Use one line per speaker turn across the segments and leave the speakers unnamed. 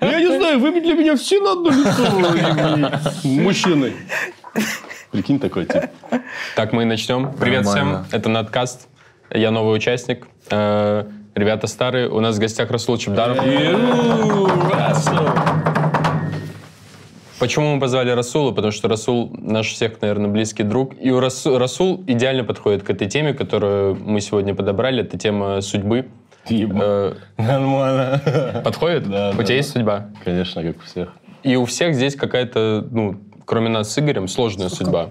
Ну, Я не знаю, вы для меня все на одно лицо. Мужчины. Прикинь, такой тип.
Так, мы и начнем. Привет
Нормально.
всем, это Надкаст. Я новый участник. Э, Ребята старые, у нас в гостях Расул Чебдаров. Почему мы позвали Расула? Потому что Расул наш всех, наверное, близкий друг. И у Расу- Расул идеально подходит к этой теме, которую мы сегодня подобрали. Это тема судьбы.
Еба.
Э,
Нормально.
Подходит?
Да,
У
да,
тебя есть судьба?
Конечно, как у всех.
И у всех здесь какая-то, ну, кроме нас с Игорем, сложная судьба.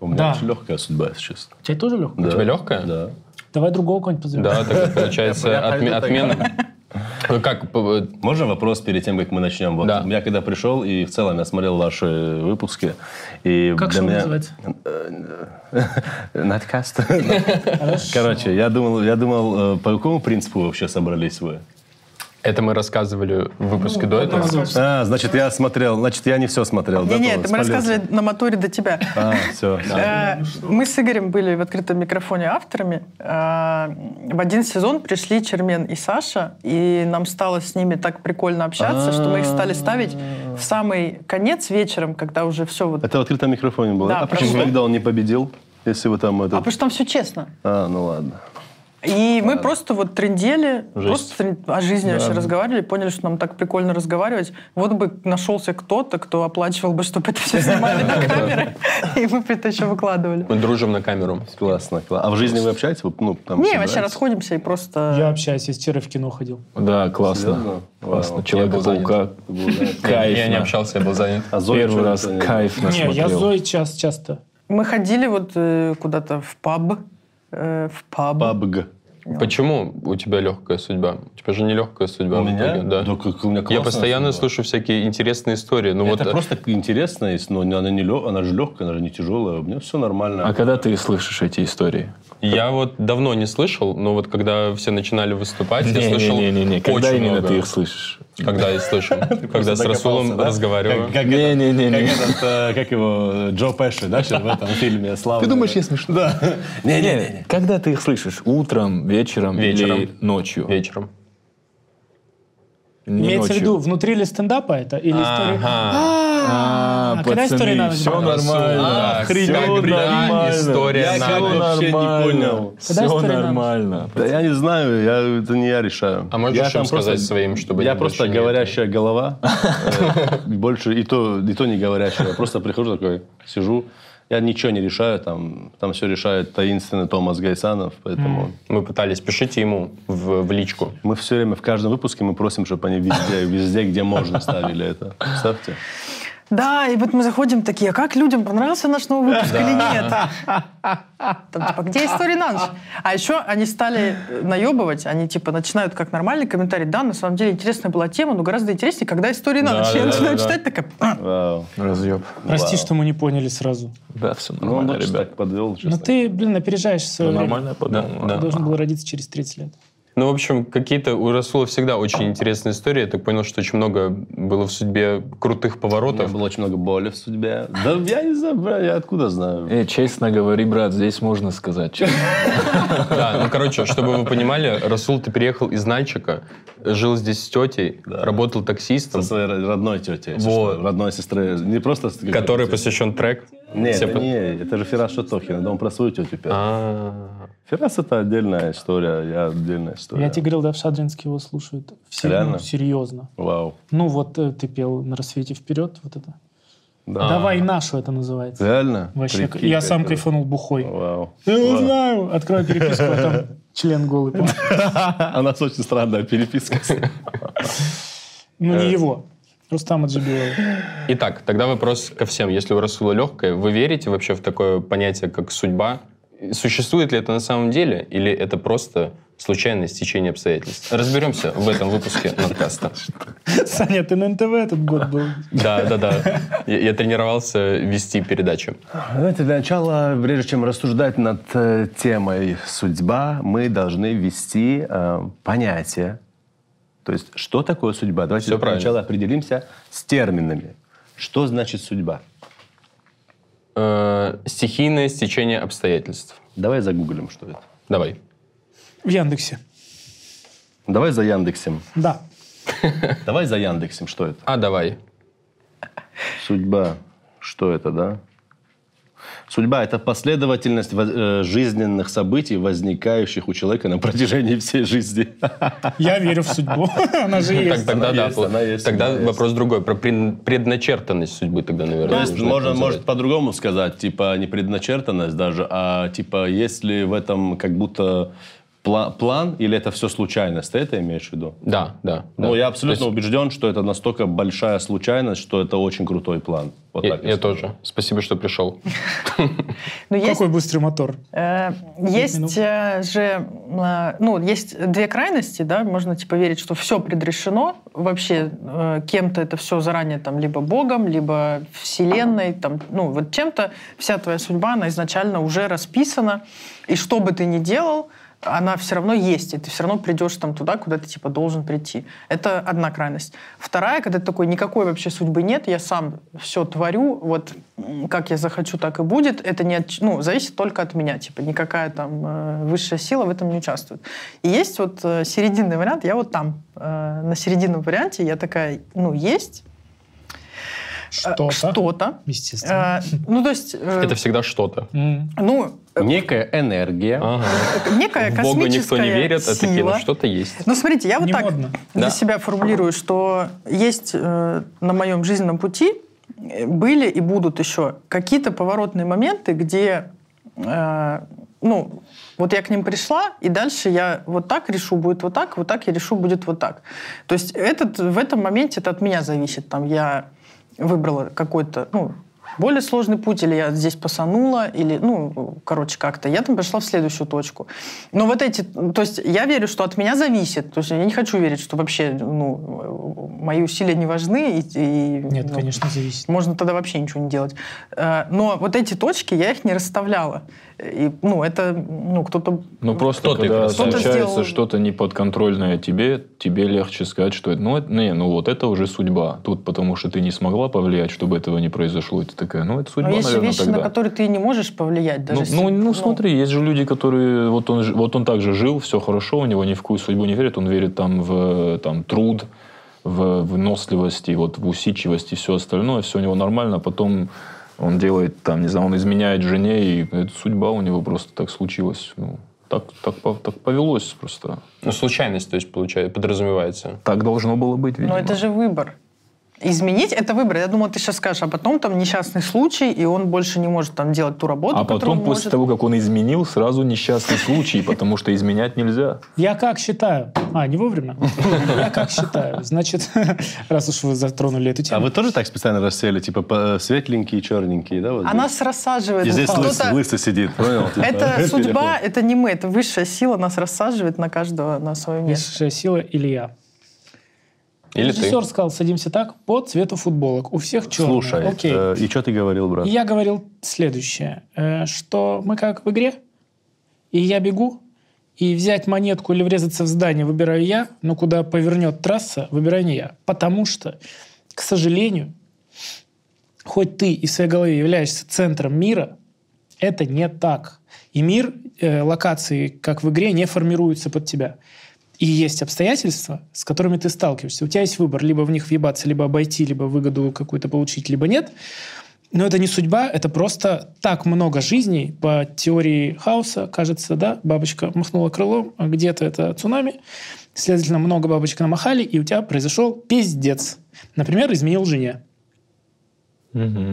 У меня
Да.
очень легкая судьба, если честно.
У тебя тоже легко?
У тебя легкая?
Да.
Давай другого кого-нибудь позовем.
Да, так получается
Я
отме-
пойду
отмена. Ну, Как? п-
Можно вопрос перед тем, как мы начнем? Вот.
Да.
Я когда пришел и в целом я смотрел ваши выпуски. И
Как
для
шоу
меня...
называется?
Надкаст.
Короче, я думал, я думал, э, по какому принципу вообще собрались вы?
Это мы рассказывали в выпуске
Ну,
до этого.
А, значит, я смотрел, значит, я не все смотрел. да,
Не-не,
то
это мы
спалился.
рассказывали на моторе до тебя.
А, все.
Э, Мы с Игорем были в открытом микрофоне авторами. Э, В один сезон пришли Чермен и Саша, и нам стало с ними так прикольно общаться, что мы их стали ставить в самый конец вечером, когда уже все вот...
А. Это в открытом микрофоне было.
Да,
а почему
просто-
тогда он не победил? Если вы там
А
это...
потому что там все честно.
А, ну ладно.
И мы просто вот трендели,
Жесть.
просто трен- о жизни вообще разговаривали, поняли, что нам так прикольно разговаривать. Вот бы нашелся кто-то, кто оплачивал бы, чтобы это все снимали на камеры, и мы бы это еще выкладывали.
Мы дружим на камеру.
Классно, классно. А в жизни вы общаетесь? Вы, Ну, там
Не,
собираетесь?
вообще расходимся и просто...
Я общаюсь, я с Терой в кино ходил.
Да, классно.
Серьезно?
Классно.
Вау.
Человека-паука.
Я не
Кайф.
общался, я был занят.
А Зоя
Первый
что-то
раз
не-
кайф
Не, я с
насмотрел.
Зоей час часто.
Мы ходили вот э, куда-то в паб. э, в паб.
PUBG.
Почему у тебя легкая судьба? У тебя же не легкая судьба.
У
в
меня?
итоге, Да.
Да как у меня
Я
классная
постоянно
судьба.
слышу всякие интересные истории. Ну вот
это
э,
просто интересно, если- но не- она, не лё- она же легкая, она же не тяжелая. У меня все нормально.
А когда ты слышишь эти истории?
я вот давно не слышал, но вот когда все начали выступать, я слышал
Не-не-не, когда
очень
именно
много.
ты их слышишь?
Когда я слышу. Когда с
Просто
Расулом
докопался, да?
разговариваю.
Как, как этот- как
Не-не-не.
этот, э, как его, э, Джо Пэши, да, сейчас в этом фильме славный. Ты думаешь, я смешно? Да. Не-не-не.
Когда ты их слышишь? Утром, вечером,
Вечером.
или ночью?
Вечером.
Не
Имеется в
ночью.
виду, внутри ли стендапа это или история?
Ага.
А,
А, когда история на
пацаны,
ночь?
Ну,
все
Расул,
нормально.
а, всё нормально. История
Я
на
кого
ночь.
вообще не понял.
Когда
Все
история на ночь?
нормально.
Да я не знаю, я, это не я решаю.
А можешь
я
им
там
сказать
просто-
своим, чтобы
Я
они
просто
больше не
говорящая голова. э, Больше и то, и то не говорящая. Я просто прихожу такой, сижу, я ничего не решаю, там, там все решает таинственный Томас Гайсанов, поэтому
Мы пытались, пишите ему в, в личку.
мы все время в каждом выпуске мы просим, чтобы они везде, везде, где можно, ставили это. Представьте.
Да, и вот мы заходим такие, а как людям, понравился наш новый выпуск или нет? Там типа, где история на ночь? А еще они стали наебывать, они типа начинают как нормальный комментарий, да, на самом деле интересная была тема, но гораздо интереснее, когда история на
Да,
ночь.
да,
Я
да,
начинаю
да.
читать, такая, «А,
Вау.
Разъеб.
Вау.
Прости, что мы не поняли сразу.
Да, все
Ну, он
нормально,
очень
ребят.
так подвел,
Но
честно.
ты, блин, опережаешь свое время.
Ну, Нормально подумал.
Ты
да.
должен был родиться через 30 лет.
Ну, в общем, какие-то у Расула всегда очень интересные истории. Я так понял, что очень много было в судьбе
У
крутых
меня
поворотов.
было очень много боли в судьбе. Да я не знаю, бля, я откуда знаю.
Э, честно говори, брат, здесь можно сказать. честно.
Да, ну, короче, чтобы вы понимали, Расул, ты переехал из Нальчика, жил здесь с тетей, работал таксистом,
Со своей родной тетей.
Вот.
Родной сестры. Не просто... с-
который посвящен трек.
Не,
Все
это
по-
не, это же Фирас Шатохин, это он про свою тетю пел.
А,
Фирас это отдельная история, я отдельная история.
Я тебе говорил, да, в Шадринске его слушают. Все,
Реально?
ну, серьезно.
Вау.
Ну вот э, ты пел на рассвете вперед, вот это.
Да.
Давай нашу это называется.
Реально?
Вообще,
Прикинь,
я сам
это-
кайфанул бухой.
Вау.
Я не
Вау.
знаю. Открой переписку, а там член голый. по-моему.
У нас очень странная переписка.
Ну, не его. Рустам Аджибилова.
Итак, тогда вопрос ко всем. Если у Расула легкая, вы верите вообще в такое понятие, как судьба? И Существует ли это на самом деле, или это просто случайное стечение обстоятельств? Разберемся в этом выпуске подкаста.
Саня, ты на НТВ этот год был.
Да, да, да. Я, я тренировался вести передачу.
Знаете, для начала, прежде чем рассуждать над э, темой судьба, мы должны ввести э, понятие. То есть, что такое судьба? Давайте
Всё
для
правильно.
начала определимся с терминами. Что значит судьба?
Э, стихийное стечение обстоятельств.
Давай загуглим, что это.
Давай.
В Яндексе.
Давай за Яндексем.
Да.
Давай за Яндексем. Что это?
А, давай.
Судьба. Что это, да? Судьба – это последовательность воз- э, жизненных событий, возникающих у человека на протяжении всей жизни.
Я верю в судьбу. Она же
Так,
есть.
тогда
Она
да.
есть,
вот.
она есть,
тогда
она есть.
вопрос другой. Про пред- предначертанность судьбы тогда, наверное.
То есть
нужно
можно,
это
может
называть.
по-другому сказать, типа не предначертанность даже, а типа есть ли в этом как будто пла- план или это все случайность? Ты это имеешь в виду?
Да, да.
Ну,
да.
я
То
абсолютно убежден, что это настолько большая случайность, что это очень крутой план. Вот
есть
так
Я, я тоже. Спасибо, что пришел.
Но Ну, есть,
Какой быстрый мотор?
э,
минут.
есть э, же, э, ну, есть две крайности, да, можно типа верить, что все предрешено, вообще э, кем-то это все заранее там либо Богом, либо Вселенной, там, ну, вот чем-то вся твоя судьба, она изначально уже расписана, и что бы ты ни делал, она все равно есть, и ты все равно придешь там туда, куда ты типа должен прийти. Это одна крайность. Вторая, когда ты такой, никакой вообще судьбы нет, я сам все творю, вот м, как я захочу, так и будет, это не от ч- ну, зависит только от меня, типа никакая там э, высшая сила в этом не участвует. И есть вот э, серединный вариант, я вот там, э, на серединном варианте я такая, ну, есть э,
Что-то.
что-то.
Естественно.
Э, ну, то есть, э,
Это всегда что-то.
М.
ну,
Некая энергия.
Ага.
некая
В Бога никто
космическая
не верит, а такие,
сила.
ну что-то есть.
Ну, смотрите, я вот
Не
так
модно.
для
Да.
себя формулирую, что есть э, на моем жизненном пути э, были и будут еще какие-то поворотные моменты, где, э, ну, вот я к ним пришла, и дальше я вот так решу, будет вот так, вот так я решу, будет вот так. То есть этот, в этом моменте это от меня зависит. Там я выбрала какой-то, ну, более сложный путь, или я здесь посанула, или, ну, короче, как-то. Я там пришла в следующую точку. Но вот эти, то есть я верю, что от меня зависит. То есть я не хочу верить, что вообще, ну, э, мои усилия не важны. И, и,
Нет,
ну,
конечно, зависит.
Можно тогда вообще ничего не делать. Э, Но вот эти точки я их не расставляла. И, ну, это, ну, кто-то...
Ну просто
Кто-то их
когда
расставил.
случается
Кто-то сделал.
что-то неподконтрольное тебе, тебе легче сказать, что это, ну, это- не, ну вот это уже судьба. Тут потому что ты не смогла повлиять, чтобы этого не произошло. И ты такая, ну это судьба,
Но А есть же
наверное,
вещи,
тогда.
на которые ты не можешь повлиять даже.
Ну,
если-
ну, ну, смотри, есть же люди, которые вот он, ж- вот он также жил, все хорошо, у него ни в какую судьбу не верит, он верит там в э, там, труд, в выносливость, и вот в усидчивость и все остальное, все у него нормально, а потом он делает там, не знаю, он изменяет жене, и это судьба у него просто так случилась. Ну, так, так, по- так повелось просто.
Ну, случайность, то есть, получается, подразумевается.
Так должно было быть, видимо.
Но Ну, это же выбор. Изменить это выбор. Я думала, ты сейчас скажешь, а потом там несчастный случай, и он больше не может там делать ту работу,
А
которую
потом,
он
после
может.
того, как он изменил, сразу несчастный случай, потому что изменять нельзя.
Я как считаю... А, не вовремя? Я как считаю. Значит, раз уж вы затронули эту
А
тему.
вы тоже так специально рассели, типа по- светленькие и черненькие, да? Вот
А
здесь?
нас рассаживает.
И здесь
Кто-то-
лысый, лысый сидит, понял? Типа,
Это
переход.
судьба, это не мы, это высшая сила нас рассаживает на каждого на свое место.
Высшая сила Илья.
Или ты.
Режиссер сказал, садимся так по цвету футболок. У всех черный.
Слушай,
Окей.
э, и что ты говорил, брат?
И я говорил следующее, э, что мы как в игре, и я бегу, и взять монетку или врезаться в здание выбираю я, но куда повернет трасса, выбираю не я. Потому что, к сожалению, хоть ты и в своей голове являешься центром мира, это не так. И мир, э, локации, как в игре, не формируются под тебя. И есть обстоятельства, с которыми ты сталкиваешься. У тебя есть выбор, либо в них въебаться, либо обойти, либо выгоду какую-то получить, либо нет. Но это не судьба, это просто так много жизней по теории хаоса, кажется, да, бабочка махнула крылом, а где-то это цунами, следовательно, много бабочек намахали, и у тебя произошел пиздец. Например, изменил жене.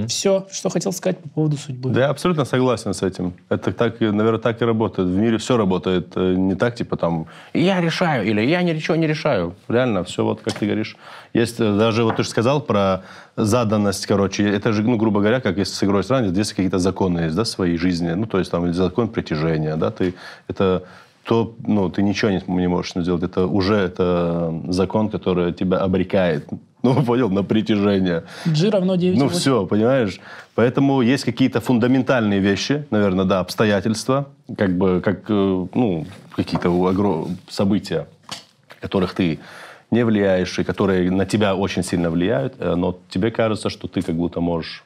Все, что хотел сказать по поводу судьбы.
Да, я абсолютно согласен с этим. Это так, и, наверное, так и работает. В мире все работает. э, Не так, типа там, я решаю или я ничего не решаю. Реально, все вот, как ты говоришь. Есть э, даже, вот ты же сказал про заданность, короче. Это же, ну, грубо говоря, как если с игрой сравнивать, здесь какие-то законы есть, да, своей жизни. Ну, то есть там или закон притяжения, да, ты... Это то, ну, ты ничего не, не можешь с ним сделать. Это уже это э, закон, который тебя обрекает. Ну, понял, на притяжение.
G равно 9.
Ну все, понимаешь? Поэтому есть какие-то фундаментальные вещи, наверное, да, обстоятельства, как бы, как, э, ну, какие-то огро- события, которых ты не влияешь, и которые на тебя очень сильно влияют, э, но тебе кажется, что ты как будто можешь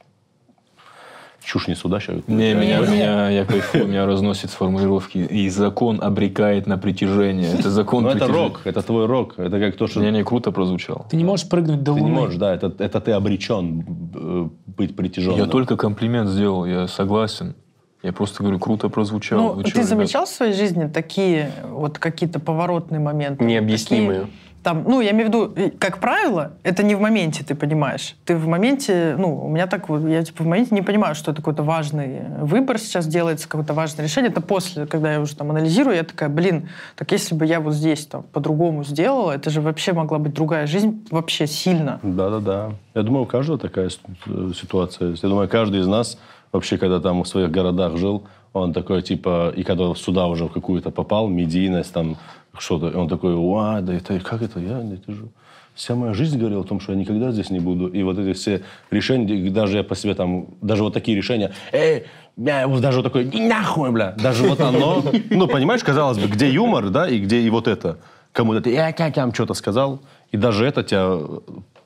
чушь несу, да, сейчас?
Не, меня,
Не-не.
меня, я кайфую, меня разносит с формулировки. И закон обрекает на притяжение. Это закон
Ну, это
притяжения.
рок, это твой рок. Это как то, что
Не, не, круто прозвучало.
Ты не можешь прыгнуть до
ты не
луны.
можешь, да, это, это ты обречен э, быть притяженным.
Я только комплимент сделал, я согласен. Я просто говорю, круто прозвучало.
Ну,
Вы
ты
чё, ребят?
замечал в своей жизни такие вот какие-то поворотные моменты?
Необъяснимые.
Такие, Там, ну, я имею в виду, и, как правило, это не в моменте, ты понимаешь. Ты в моменте, ну, у меня так вот, я типа в моменте не понимаю, что это какой-то важный выбор сейчас делается, какое-то важное решение. Это после, когда я уже там анализирую, я такая, блин, так если бы я вот здесь там по-другому сделала, это же вообще могла быть другая жизнь, вообще сильно.
Да-да-да. Я думаю, у каждого такая с- э, ситуация есть. Я думаю, каждый из нас вообще, когда там в своих городах жил, он такой, типа, и когда сюда уже в какую-то попал, медийность, там, что-то, и он такой, уа, да это, как это, я, не- это же... Вся моя жизнь говорила о том, что я никогда здесь не буду. И вот эти все решения, и даже я по себе там, даже вот такие решения, эй, бля, вот даже вот такой, «Ни нахуй, бля, даже вот оно. Ну, понимаешь, казалось бы, где юмор, да, и где и вот это. Кому-то ты, я там что-то сказал, и даже это тебя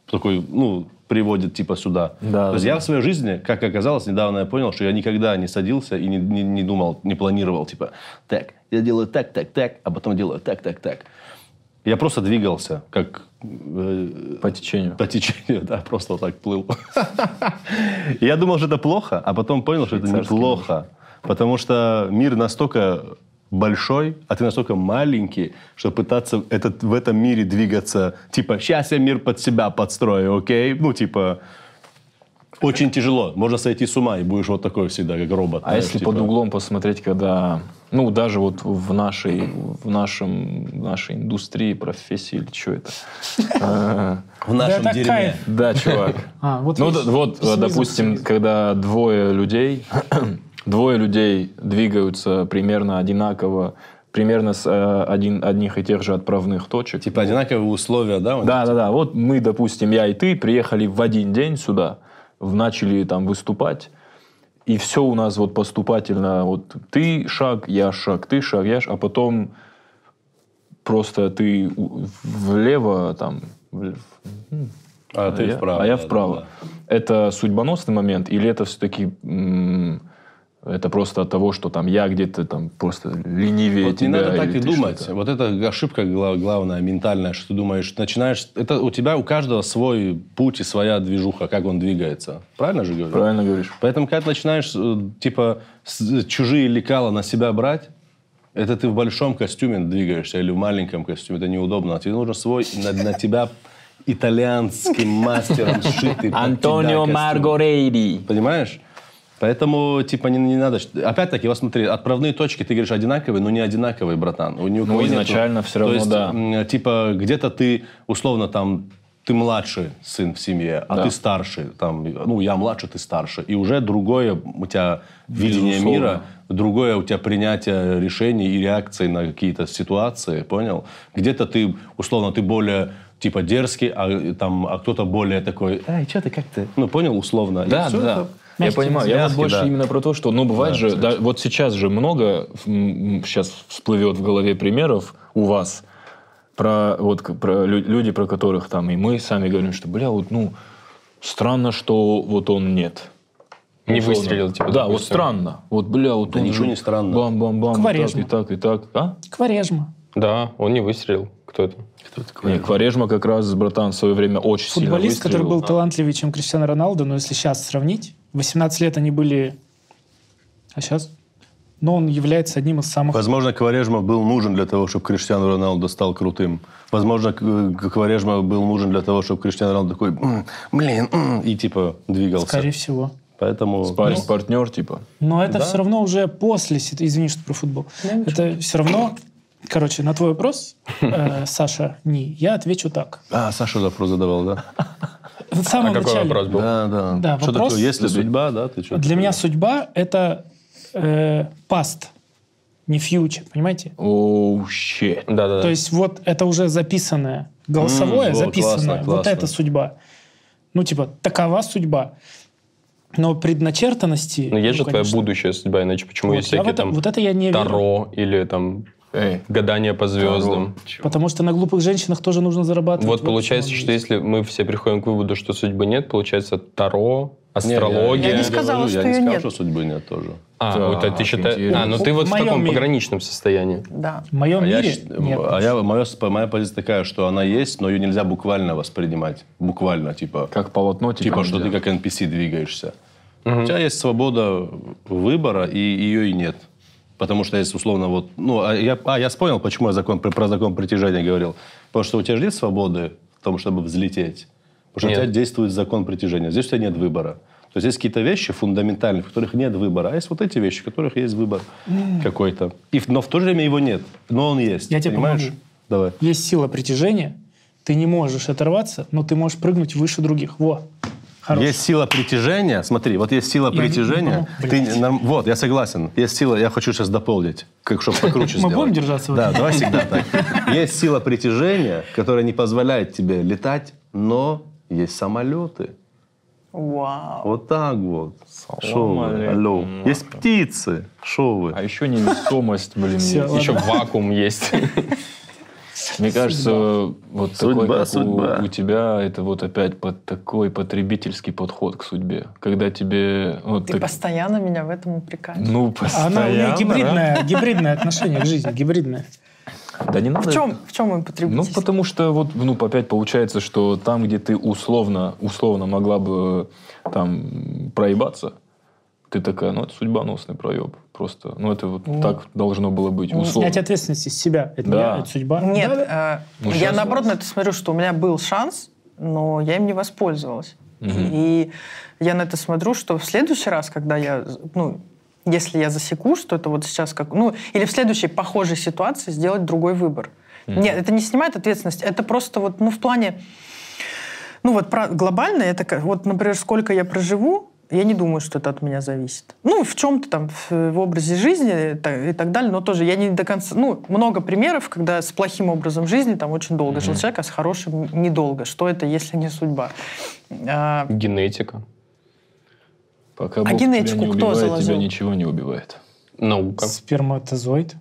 такой, ну, приводит типа сюда.
Да,
То есть
да.
я в своей жизни, как оказалось, недавно я понял, что я никогда не садился и не, не- не думал, не планировал, типа, так, я делаю так, так, так, а потом делаю так, так, так. Я просто двигался, как э,
По течению.
по течению, да, просто вот так плыл. И Я думал, что это плохо, а потом понял, что это
Швейцарский
неплохо. Потому что мир настолько большой, а ты настолько маленький, что пытаться этот, в этом мире двигаться, типа, сейчас я мир под себя подстрою, окей? Ну, типа, очень тяжело. Можно сойти с ума, и будешь вот такой всегда, как робот.
А
знаешь,
если
типа.
под углом посмотреть, когда, ну, даже вот в нашей, в нашем, в нашей индустрии, профессии или что это? А,
В
Да
нашем
это
дерьме.
кайф.
Да, чувак.
А, вот
Ну,
видишь,
д- вот, э,
пессимизм,
допустим,
оптимизм.
когда двое людей, двое людей двигаются примерно одинаково, примерно с э, один, одних и тех же отправных точек.
Типа одинаковые условия, да? вот?
Да, да, да. Вот мы, допустим, я и ты приехали в один день сюда, в- начали там выступать, и все у нас вот поступательно, вот ты шаг, я шаг, ты шаг, я шаг, а потом просто ты у- влево там, в-
А ты
я,
вправо.
а я
да, да,
вправо. Это судьбоносный момент или это все-таки это просто от того, что там я где-то там просто ленивее
Вот не
тебя,
надо так
или
и
ты
думать.
что-то.
Вот это ошибка гла- главная, ментальная, что ты думаешь, начинаешь... Это у тебя, у каждого свой путь и своя движуха, как он двигается. Правильно же говорю?
Правильно говоришь.
Поэтому, когда ты начинаешь, э, типа, с- чужие лекала на себя брать, это ты в большом костюме двигаешься или в маленьком костюме, это неудобно. А тебе нужен свой, на, на тебя итальянским мастером сшитый. под тебя
Антонио
костюм.
Маргорейди.
Понимаешь? Поэтому, типа, не, не надо... Опять-таки, вот смотри, отправные точки, ты говоришь, одинаковые, но не одинаковые, братан. У- ни у
Ну,
кого нету.
изначально всё равно,
То есть,
да.
м, типа, где-то ты, условно, там, ты младший сын в семье, а
Да.
ты старший. Там, ну, я младше, ты старше. И уже другое у тебя видение
Безусловно.
мира, другое у тебя принятие решений и реакции на какие-то ситуации, понял? Где-то ты, условно, ты более типа дерзкий, а э, там, а кто-то более такой, ай, что ты, как ты? Ну, понял, условно. И
Да,
всё
да.
это
Я понимаю, я вот
Связки,
больше
да.
именно про то, что, ну, бывает же, да, вот сейчас же много, сейчас всплывет в голове примеров у вас, про вот к- про лю- люди, про которых там и мы сами говорим, что, бля, вот, ну, странно, что вот он нет.
Не
Условно.
выстрелил, типа,
Да, вот
допустим.
странно. Вот, бля, вот
Да
он
ничего
же
не странно.
Бам-бам-бам, вот так,
Кварежма.
и так, и так. А?
Кварежма.
Да, он не выстрелил. Кто это?
Не, Кварежма как раз, братан, в свое время очень сильно
Футболист, который
выстрелил. А.
был талантливее, чем Криштиану Роналду, но если сейчас сравнить, 18 лет они были... А сейчас? Но он является одним из самых...
Возможно, Кварежма был нужен для того, чтобы Криштиану Роналду стал крутым. Возможно, К- Кварежма был нужен для того, чтобы Криштиану Роналду такой, «М, блин, м», и типа двигался.
Скорее всего.
Поэтому... ну,
Ну.
Парень, партнер, типа.
Но это все равно уже после... си- Извини, что про футбол. это все равно... Короче, на твой вопрос, э, Саша, не, я отвечу так.
А, Саша вопрос задавал, да?
В самом
А какой
начале.
вопрос был?
Да, да.
Да,
что
вопрос-
такое? Если судьба, да? Ты что
Для меня судьба — это э, past, не future, понимаете?
Оу, щет.
Да, да,
То
да.
есть вот это уже записанное, голосовое
М, во,
записанное,
классно,
вот
классно.
это судьба. Ну, типа, такова судьба. Но предначертанности...
Но есть же
ну,
твоя
конечно.
будущая судьба, иначе почему
Вот
есть
я в
всякие
это-
там
вот это я не верю.
Таро или там
Эй,
гадание по звездам?
Потому что на глупых женщинах тоже нужно зарабатывать.
Вот
в
получается,
чем
что если мы все приходим к выводу, что судьбы нет, получается Таро, астрология.
Я не
говорю,
сказала,
Ну, я
что
не
ее
сказал,
нет.
что судьбы нет тоже.
А, вот это ты
Так,
считаешь...
интересно.
А, ну ты вот в
В моем
таком
мире.
пограничном состоянии.
Да.
В моем
А я,
мире
щ-
нет.
а я- моя, с- моя позиция такая, что она есть, но ее нельзя буквально воспринимать. Буквально, типа.
Как полотно, типа,
Типа, что ты
нельзя.
как NPC двигаешься. У тебя есть свобода выбора, и ее и нет. Потому что если условно вот... Ну, а я, а, я вспомнил, почему я закон, про- про закон притяжения говорил. Потому что у тебя же нет свободы в том, чтобы взлететь. Потому что у
Нет.
тебя действует закон притяжения. Здесь у тебя нет выбора. То есть есть какие-то вещи фундаментальные, в которых нет выбора. А есть вот эти вещи, в которых есть выбор какой-то. И, в- но в то же время его нет. Но он есть.
Я тебе
понимаешь?
помогу.
Давай.
Есть сила притяжения, ты не можешь оторваться, но ты можешь прыгнуть выше других. Во. Хорош.
Есть сила притяжения. Смотри, вот есть сила
Я не-
притяжения.
ну,
Ты,
блядь.
не- нам- вот, я согласен. Есть сила, я хочу сейчас дополнить, как чтобы покруче
Мы
сделать.
будем держаться в
Да,
этом?
давай всегда так. Есть сила притяжения, которая не позволяет тебе летать, но есть самолеты.
Вау.
Вот так вот. Шо вы, алло. Есть птицы. Шо вы?
А еще невесомость, блин,
Всё,
есть.
ладно.
Еще вакуум есть.
Мне кажется, вот
Судьба,
такой, как у-
судьба.
У, тебя, это вот опять под такой потребительский подход к судьбе. Когда тебе... вот
Ты
так-
постоянно меня в этом упрекаешь.
Ну,
А Она у нее
постоянно,
гибридное, гибридное отношение к жизни, гибридное.
да? Да не надо...
В чем, в чем им
Ну, потому что вот, ну, опять получается, что там, где ты условно, условно могла бы э, там проебаться, ты такая, ну, это судьбоносный проеб. Просто, ну, это вот так должно было
ну,
быть. Условно.
Снять ответственности с себя. Это
Да.
я, это судьба.
Нет,
Да, да.
э,
Ну,
я
щас
наоборот
у
на
вас.
это смотрю, что у меня был шанс, но я им не воспользовалась. И я на это смотрю, что в следующий раз, когда я, ну, если я засеку, что это вот сейчас как, ну, или в следующей похожей ситуации сделать другой выбор. Нет, это не снимает ответственность, это просто вот, ну, в плане, ну, вот про, глобально, это как- вот, например, сколько я проживу, я не думаю, что это от меня зависит. Ну, в чем-то там, в, в образе жизни и та- и так далее, но тоже я не до конца... Ну, много примеров, когда с плохим образом жизни там очень долго жил человек, а с хорошим недолго. Что это, если не судьба? А,
Генетика.
Пока
А
Бог
генетику
тебя не
кто
убивает,
заложил?
тебя ничего не убивает.
Наука.
Сперматозоид.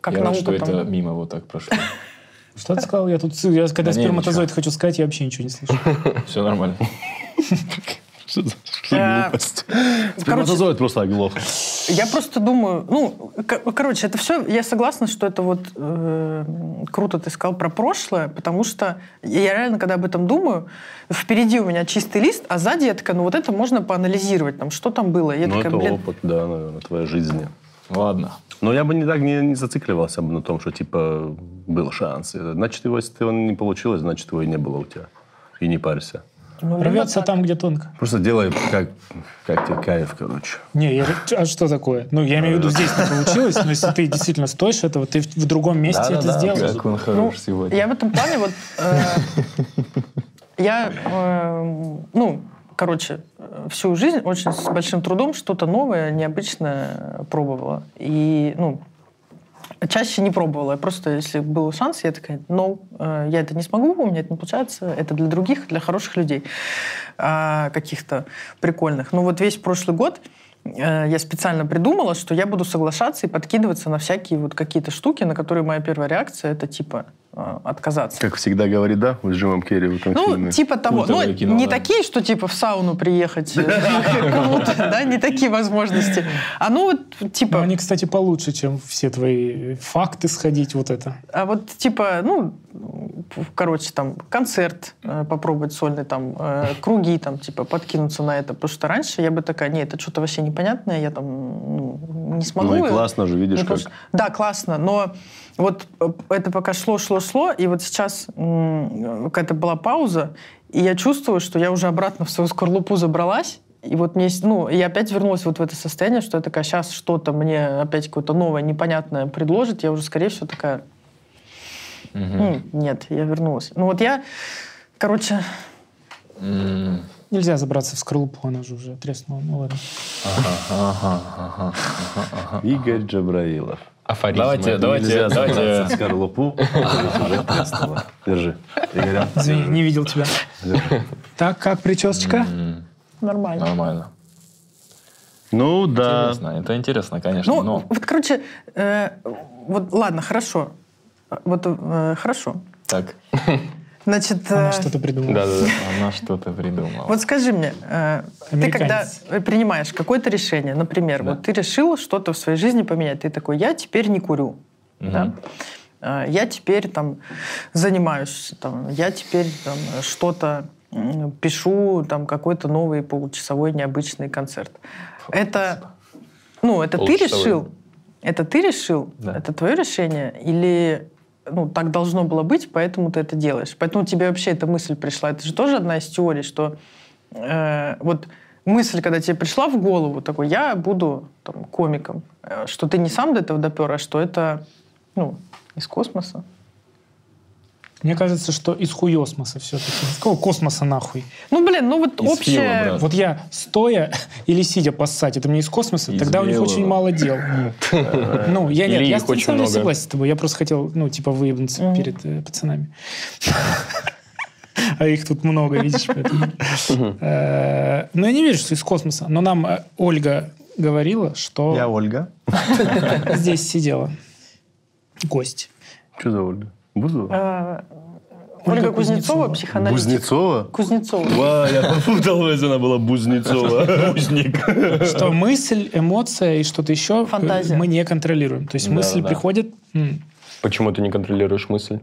как
Я рад,
наука
что
там.
это мимо вот так прошло.
Что ты сказал? Я тут, ц- я когда
Да не,
сперматозоид хочу сказать, я вообще ничего не слышу.
Все нормально.
Что за
Э,
глупость?
короче-
Сперматозоид просто оглох.
Я просто думаю, ну, ко- короче, это все, я согласна, что это вот э, круто ты сказал про прошлое, потому что я реально, когда об этом думаю, впереди у меня чистый лист, а сзади я такая, ну вот это можно поанализировать, там, что там было. И Я
Ну,
такая,
это
блин,
опыт, да, наверное, твоей жизни.
Ладно.
Но я бы не так не, не зацикливался бы на том, что типа был шанс. Значит, его, если он не получилось, значит, его и не было у тебя. И не парься.
ну, именно
Рвется
так.
там, где тонко.
Просто делай, как, как тебе кайф, короче.
Не, я, а что такое? Ну, я
Э.
имею в виду, здесь не получилось, но если ты действительно стоишь этого, ты в, в другом месте это
Да-да-да,
сделаешь.
А Как он
Ну,
хорош сегодня.
я в этом плане вот... э, Я, э, ну, короче, э, всю жизнь очень с большим трудом что-то новое, необычное пробовала. И, ну, чаще не пробовала. Я просто, если был шанс, я такая, no, э, я это не смогу, у меня это не получается. Это для других, для хороших людей а, каких-то прикольных. Но вот весь прошлый год э, я специально придумала, что я буду соглашаться и подкидываться на всякие вот какие-то штуки, на которые моя первая реакция это типа э, отказаться.
Как всегда говорит, да, с Джимом Керри в этом
Ну,
фильме.
типа того. Ну,
Культовое кино,
не
да.
такие, что типа в сауну приехать э, круто, да, не такие возможности. А ну вот
Но
типа,
они, кстати, получше, чем все твои факты сходить, вот это.
а вот типа, ну, п- короче, там концерт э, попробовать сольный, там э, круги, там типа подкинуться на это, потому что раньше я бы такая, не, это что-то вообще непонятное, я там ну, не смогу.
Ну и
э,
классно же, видишь, как.
Мне кажется- Да, классно, но вот э, это пока шло, шло, шло, и вот сейчас м, какая-то была пауза, и я чувствую, что я уже обратно в свою скорлупу забралась, и вот мне, с- ну, и я опять вернулась вот в это состояние, что я такая, сейчас что-то мне опять какое-то новое, непонятное предложит, я уже, скорее всего, такая, «М, нет, я вернулась. Ну вот я, короче,
М,
Нельзя забраться в скорлупу, она же уже треснула. Ну ладно.
Ага, ага, ага, ага.
Игорь Джабраилов.
Афоризмы.
Давайте, давайте,
нельзя
давайте.
забраться
Скорлупу. Держи. Игоря.
Извини, не видел тебя. Так, как причесочка?
нормально.
Нормально.
Ну да.
Интересно, это интересно, конечно,
Ну,
но...
вот, короче, э, вот ладно, хорошо. Вот э, хорошо.
Так,
Значит,
Она
э,
что-то придумала.
Да-да-да.
Она что-то придумала.
вот скажи мне, э, ты когда
Американец.
принимаешь какое-то решение, например, вот ты решил что-то в своей жизни поменять, ты такой, я теперь не курю, да? Э, я теперь там занимаюсь, там, я теперь там, что-то м, пишу, там какой-то новый получасовой необычный концерт. Это, ну, это ты
Получасовой.
решил, это ты решил,
Да.
это твое решение, или ну, так должно было быть, поэтому ты это делаешь. Поэтому тебе вообще эта мысль пришла. Это же тоже одна из теорий, что э, вот мысль, когда тебе пришла в голову, такой, я буду там, комиком, э, что ты не сам до этого допер, а что это ну, из космоса.
Мне кажется, что из хуесмоса все-таки. Из какого космоса нахуй?
Ну, блин, ну вот
Из
общее...
Фила, брат.
Вот я стоя или сидя поссать, это мне из космоса,
Из
тогда у них
белого.
очень мало дел. Ну, я нет,
Или
я
их
с тобой
очень
согласен
много.
согласен с тобой, я просто хотел, ну, типа, выебнуться
Мгм.
перед э, пацанами. А их тут много, видишь, поэтому. Э, Ну, я не верю, что из космоса. Но нам э, Ольга говорила,
Я
что
Ольга.
здесь сидела гость.
Что за Ольга? Бузова?
э, Ольга
Кузнецова.
Кузнецова, психоаналитик.
Бузнецова?
Кузнецова.
Ва, я попутал, если она была Бузнецова. Бузник.
Что мысль, эмоция и что-то еще э,
Фантазия.
мы не контролируем. То есть мысль
Да-да-да.
приходит... м.
Почему ты не контролируешь мысль?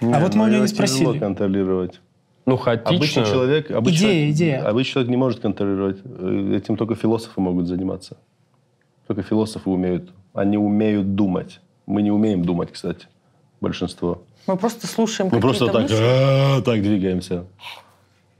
Не,
А вот мы у
ну,
неё
её
не
Тяжело
спросили.
контролировать.
Ну, хаотично.
Обычный человек, обычный,
Идея,
человек-
идея.
обычный человек не может контролировать. Э, Этим только философы могут заниматься. Только философы умеют. Они умеют думать. Мы не умеем думать, кстати, большинство.
Мы просто слушаем
Мы
какие-то
просто так,
мысли.
«А-а-а», так двигаемся.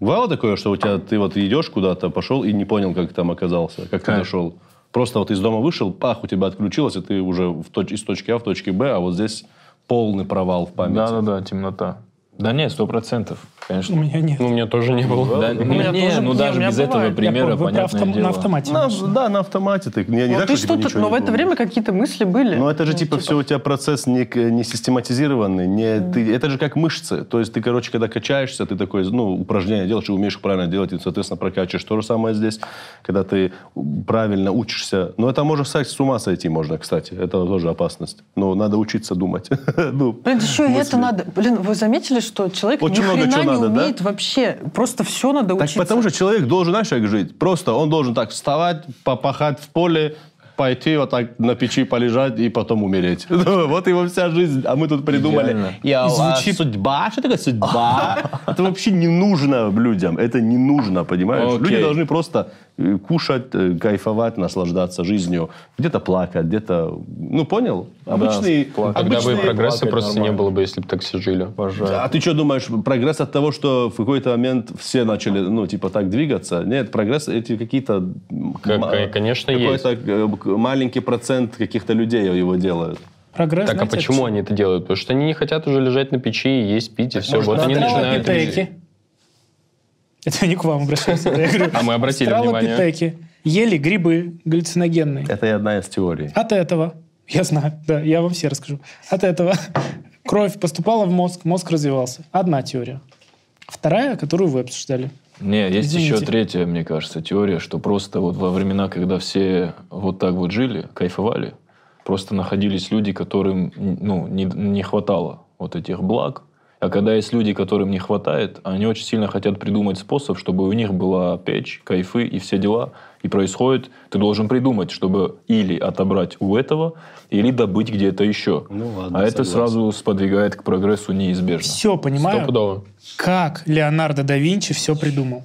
Бывало такое, что у тебя ты вот идешь куда-то, пошел и не понял, как там оказался, как ты
Как?
дошел. Просто вот из дома вышел, пах, у тебя отключилось, и ты уже в точ- из точки А в точке Б, а вот здесь полный провал в памяти.
Да-да-да, темнота. Да нет, сто процентов,
У
конечно.
меня нет.
Ну, у меня тоже не было.
Да,
У меня
не,
тоже-
ну
не,
даже
у меня
без
бывает,
этого
я
примера,
Я про- вы про
понятное
автом-
дело.
на автомате.
На-
Маш.
да, на автомате. Ты, не, не
Ну,
так,
ты
что тебе
что-то,
ничего
но
не
в это
было.
время какие-то мысли были.
Но это же типа
типа,
все у тебя процесс не, к- не систематизированный, не ты, это же как мышцы. То есть ты, короче, когда качаешься, ты такой, ну, упражнение делаешь, и умеешь правильно делать, и, соответственно, прокачиваешь. То же самое здесь, когда ты правильно учишься. Но это можно, кстати, с ума сойти можно, кстати. Это тоже опасность. Но надо учиться думать. Ну,
Блин, еще и
мысли.
это надо. Блин, вы заметили, что человек
Очень
ни
много
хрена
чего
не
надо, да?
умеет вообще. Просто все надо
Так
учиться.
потому что человек должен, знаешь, как жить? Просто он должен так вставать, попахать в поле, пойти вот так на печи полежать и потом умереть. Ну, Вот его вся жизнь. А мы тут придумали.
Идеально.
Я, а
Звучит-
судьба. Что такое судьба? Это вообще не нужно людям. Это не нужно, понимаешь? Люди
Окей.
должны просто э, кушать, э, кайфовать, наслаждаться жизнью. Где-то плакать, где-то... Ну, понял? Обычный...
плакать.
Тогда бы и
обычный-
прогресса
плакать
просто не
нормально.
было бы, если бы так все жили.
а
Обожаю.
ты что думаешь, прогресс от того, что в какой-то момент все начали, ну, типа, так двигаться? Нет, прогресс эти какие-то... м,
Как-
ма-
кон- конечно,
какой-то, э, к- маленький процент каких-то людей его делают.
Прогресс,
Так а
знаете,
почему
от
они это делают? Потому что они не хотят уже лежать на печи и есть, пить, и все. Вот они
чего?
начинают...
Австралопитеки. Это я не к вам обращаюсь. это я говорю.
А мы обратили внимание.
Австралопитеки Ели грибы галлюциногенные.
Это и одна из теорий.
От этого, я знаю, да, я вам все расскажу. От этого кровь поступала в мозг, мозг развивался. Одна теория. Вторая, которую вы обсуждали.
Не, есть
Извините.
еще третья, мне кажется, теория, что просто вот во времена, когда все вот так вот жили, кайфовали, просто находились люди, которым ну, не, не хватало вот этих благ. А когда есть люди, которым не хватает, они очень сильно хотят придумать способ, чтобы у них была печь, кайфы и все дела. И происходит, ты должен придумать, чтобы или отобрать у этого, или добыть где-то еще.
Ну ладно,
а это
согласен.
сразу сподвигает к прогрессу неизбежно.
Все понимаю,
Стопудово.
как Леонардо да Винчи все придумал.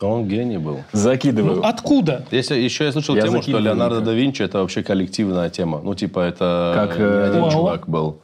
Ну,
Он гений был.
Закидываю.
а Откуда?
Если, еще я слышал
Я
тему, что
закидываю
Леонардо
никак.
да Винчи это вообще коллективная тема. Ну, типа, это
Как,
не
э,
один
ОАО?
чувак был.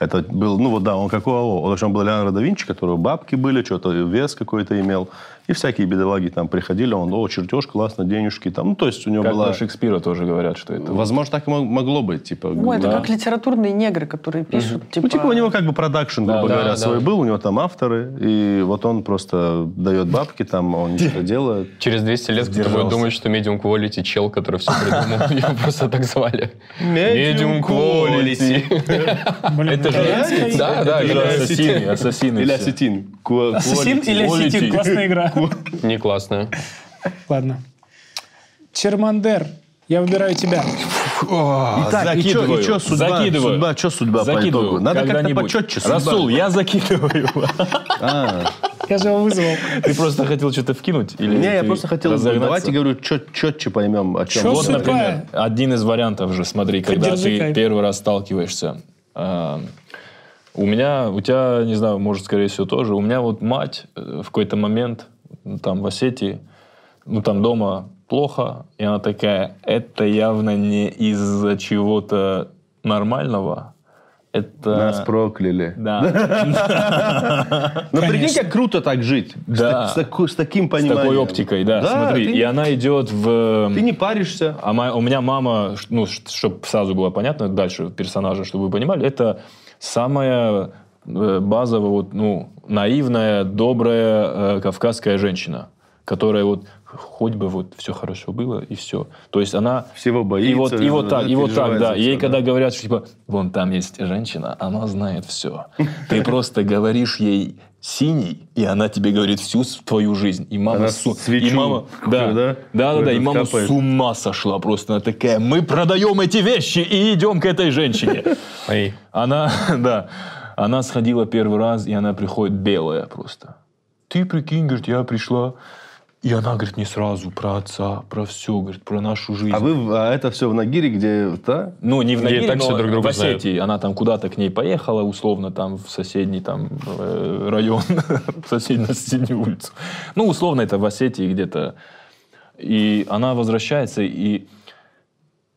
Это был, ну вот да, он как ОАО. Он, в общем, был Леонардо да Винчи, у которого бабки были, что-то вес какой-то имел. И всякие бедолаги там приходили, он, о, чертеж, классно, денежки там. Ну, то есть у него
Как
была...
про Шекспира тоже говорят, что это
Возможно, так и мог- могло быть, типа.
Ну, это
да.
как литературные негры, которые пишут. Типа,
Ну, типа у него как бы продакшн, грубо
да,
говоря,
да.
свой был, у него там авторы, и вот он просто дает бабки там, он что-то делает.
Через 200 лет кто-то будет
Сдержался.
думать, что медиум quality чел, который все придумал, его просто так звали.
Medium quality.
Блин,
Это же
итальянская
реально? Да,
игра.
да,
Или
Или
ассасин.
ассасины, ассасины.
Или
все.
осетин. Ку-
Ассасин
quality.
или осетин?
Quality.
Классная игра.
Не классно.
Ладно. Чермандер, я выбираю тебя.
Итак,
и чё-
закидываю.
и чё судьба-
закидываю.
судьба- чё судьба по
закидываю.
итогу? Надо как-то
когда-нибудь.
почётче судьба. А.
Расул, я закидываю.
Я же его вызвал.
Ты просто хотел что-то вкинуть? Или
Не, я
ты
просто хотел,
разогнаться?
давайте, говорю, чет- четче поймем, о чем.
Чё
Вот,
судьба?
например, один из вариантов же, смотри, когда
Подержи
ты
кайф.
первый раз сталкиваешься. а, У меня, у тебя, не знаю, может, скорее всего, тоже. У меня вот мать э, в какой-то момент ну, там в Осетии, ну там дома плохо, и она такая, это явно не из-за чего-то нормального. Это...
Нас прокляли.
Да,
Ну, прикинь, как круто так жить. С
Да.
так- С, таку- с таким
с
пониманием.
такой оптикой, да, смотри.
ты,
И она идет в... эм,
ты не паришься.
А моя- у меня мама, ш- ну, чтобы сразу было понятно, дальше персонажа, чтобы вы понимали, это самая э, базовая, вот, ну, наивная, добрая э, кавказская женщина, которая вот хоть бы вот все хорошо было и все. То есть она
Всего
и
боится.
вот, и вот так, и вот так,
переживает
да.
за
Ей
всё,
когда
да.
говорят, что типа, вон там есть женщина, она знает все. Ты просто говоришь ей синий, и она тебе говорит всю с- твою жизнь. И мама
Она
су- и
свечу
мама,
какую,
да,
да,
да, да, да, и
этот
мама
капает.
с ума сошла просто. Она такая, мы продаем эти вещи и идем к этой женщине.
Ай.
Она, да, она сходила первый раз, и она приходит белая просто. Ты прикинь, говорит, я пришла. И она говорит мне сразу про отца, про все, говорит, про нашу жизнь.
А вы в- а это все в Нагире, где да?
Ну, не в
Где и
Нагире,
так
но
все друг друга
в Осетии. Она там куда-то к ней поехала, условно, там в соседний там э, район, в соседнюю, соседнюю улицу. Ну, условно, это в Осетии где-то. И она возвращается, и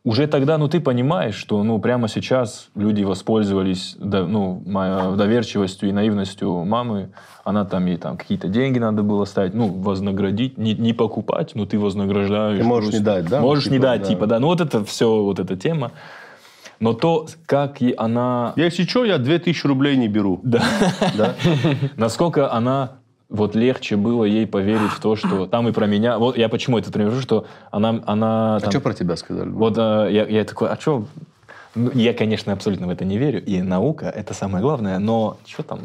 уже тогда, ну, ты понимаешь, что, ну, прямо сейчас люди воспользовались, да, ну, моя доверчивостью и наивностью мамы. Она там, ей там какие-то деньги надо было ставить, ну, вознаградить, не, не покупать, но ты вознаграждаешь.
Ты можешь
То есть
не дать, да,
Можешь не
типа,
дать,
да.
типа, да. Ну, вот это все, вот эта тема. Но то, как и она,
Я, Если что, я 2000 рублей не беру. Да.
насколько она вот легче было ей поверить в то, что там и про меня. Вот я почему это привожу, что она, она
А
там-
что про тебя сказали?
Вот э, я, я такой, а что? Я, конечно, абсолютно в это не верю. И наука — это самое главное. Но что там?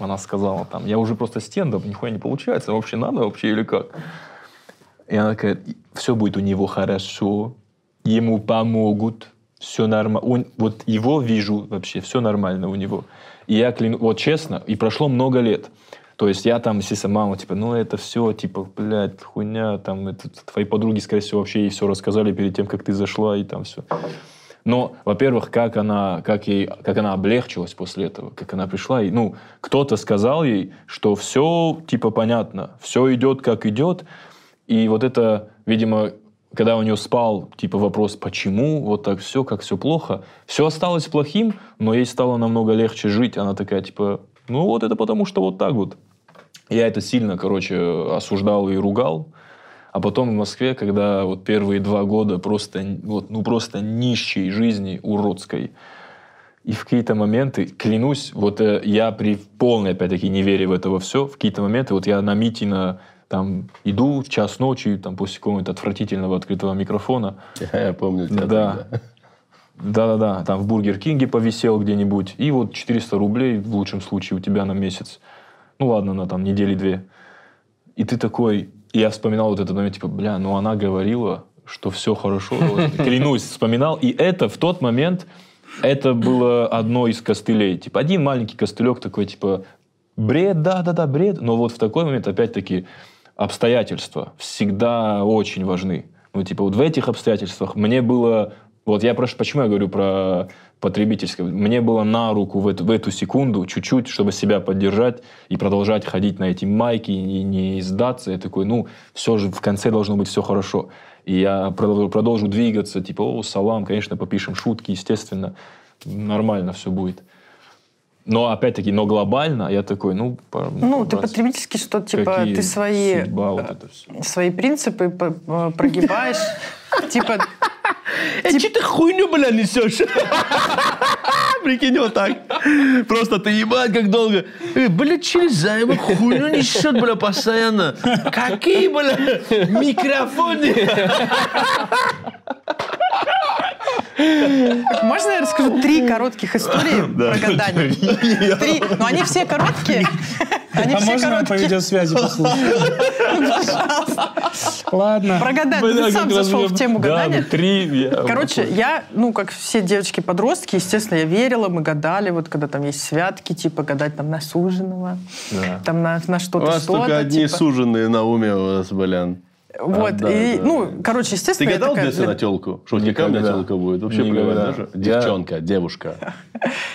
Она сказала там, я уже просто стендом, нихуя не получается. Вообще надо вообще или как? И она такая, все будет у него хорошо, ему помогут, все нормально. Вот его вижу вообще, все нормально у него. И я клянусь, вот честно, и прошло много лет. То есть я там, естественно, мама, типа, ну это все, типа, блядь, хуйня, там, это, твои подруги, скорее всего, вообще ей все рассказали перед тем, как ты зашла, и там все. Но, во-первых, как она, как ей, как она облегчилась после этого, как она пришла, и, ну, кто-то сказал ей, что все, типа, понятно, все идет, как идет, и вот это, видимо, когда у нее спал, типа, вопрос, почему вот так все, как все плохо, все осталось плохим, но ей стало намного легче жить, она такая, типа, ну, вот это потому что вот так вот. Я это сильно, короче, осуждал и ругал. А потом в Москве, когда вот первые два года просто, н- вот, ну просто нищей жизни уродской, и в какие-то моменты, клянусь, вот э, я при полной, опять-таки, не вере в этого все, в какие-то моменты, вот я на Митина там иду в час ночи, там после какого-нибудь отвратительного открытого микрофона,
Я помню тебя.
да. Да-да-да, там в Бургер Кинге повисел где-нибудь, и вот 400 рублей в лучшем случае у тебя на месяц. Ну ладно, на там недели две. И ты такой, и я вспоминал вот этот момент, типа, бля, ну она говорила, что все хорошо, Вот, клянусь, вспоминал. И это в тот момент, это было одно из костылей. Типа один маленький костылек такой, типа, бред, да-да-да, бред. Но вот в такой момент, опять-таки, обстоятельства всегда очень важны. Ну, типа, вот в этих обстоятельствах мне было... Вот я прошу, почему я говорю про потребительское? Мне было на руку в эту, в эту секунду чуть-чуть, чтобы себя поддержать и продолжать ходить на эти майки и не сдаться. Я такой, ну, все же в конце должно быть все хорошо. И я продолжу, продолжу двигаться, типа, о, салам, конечно, попишем шутки, естественно, нормально все будет. Но опять-таки, но глобально я такой, ну... пора
Ну, ты
брать.
потребительский, что типа
Какие
ты свои, э,
судьба, вот это всё.
свои принципы п- п- прогибаешь. Типа,
Че ты хуйню, бля, несешь? Прикинь, вот так. Просто ты ебать, как долго. Э, бля, Челезаева хуйню несет, бля, постоянно. Какие, бля, микрофоны?
Можно я расскажу три коротких истории про гадание? Три. Но они все короткие. Они
а
все
можно по
короткие.
видеосвязи послушать? Ладно.
Про гадание. Ты сам зашел в тему гадания.
три.
Э,
Короче, я, ну, как все девочки-подростки, естественно, я верила, мы гадали, вот когда там есть святки, типа гадать там на суженого, там на, на
У
что-то,
вас
что-то.
только одни
типа.
суженные на уме у вас, блин.
Вот,
А, да,
и,
да.
ну, короче,
Ты
естественно, я
гадал в
такая, ну,
детстве на
блин.
телку? Что у тебя камня
Никогда.
телка будет? Вообще
Никогда.
плевать даже?
Я-
Девчонка, девушка.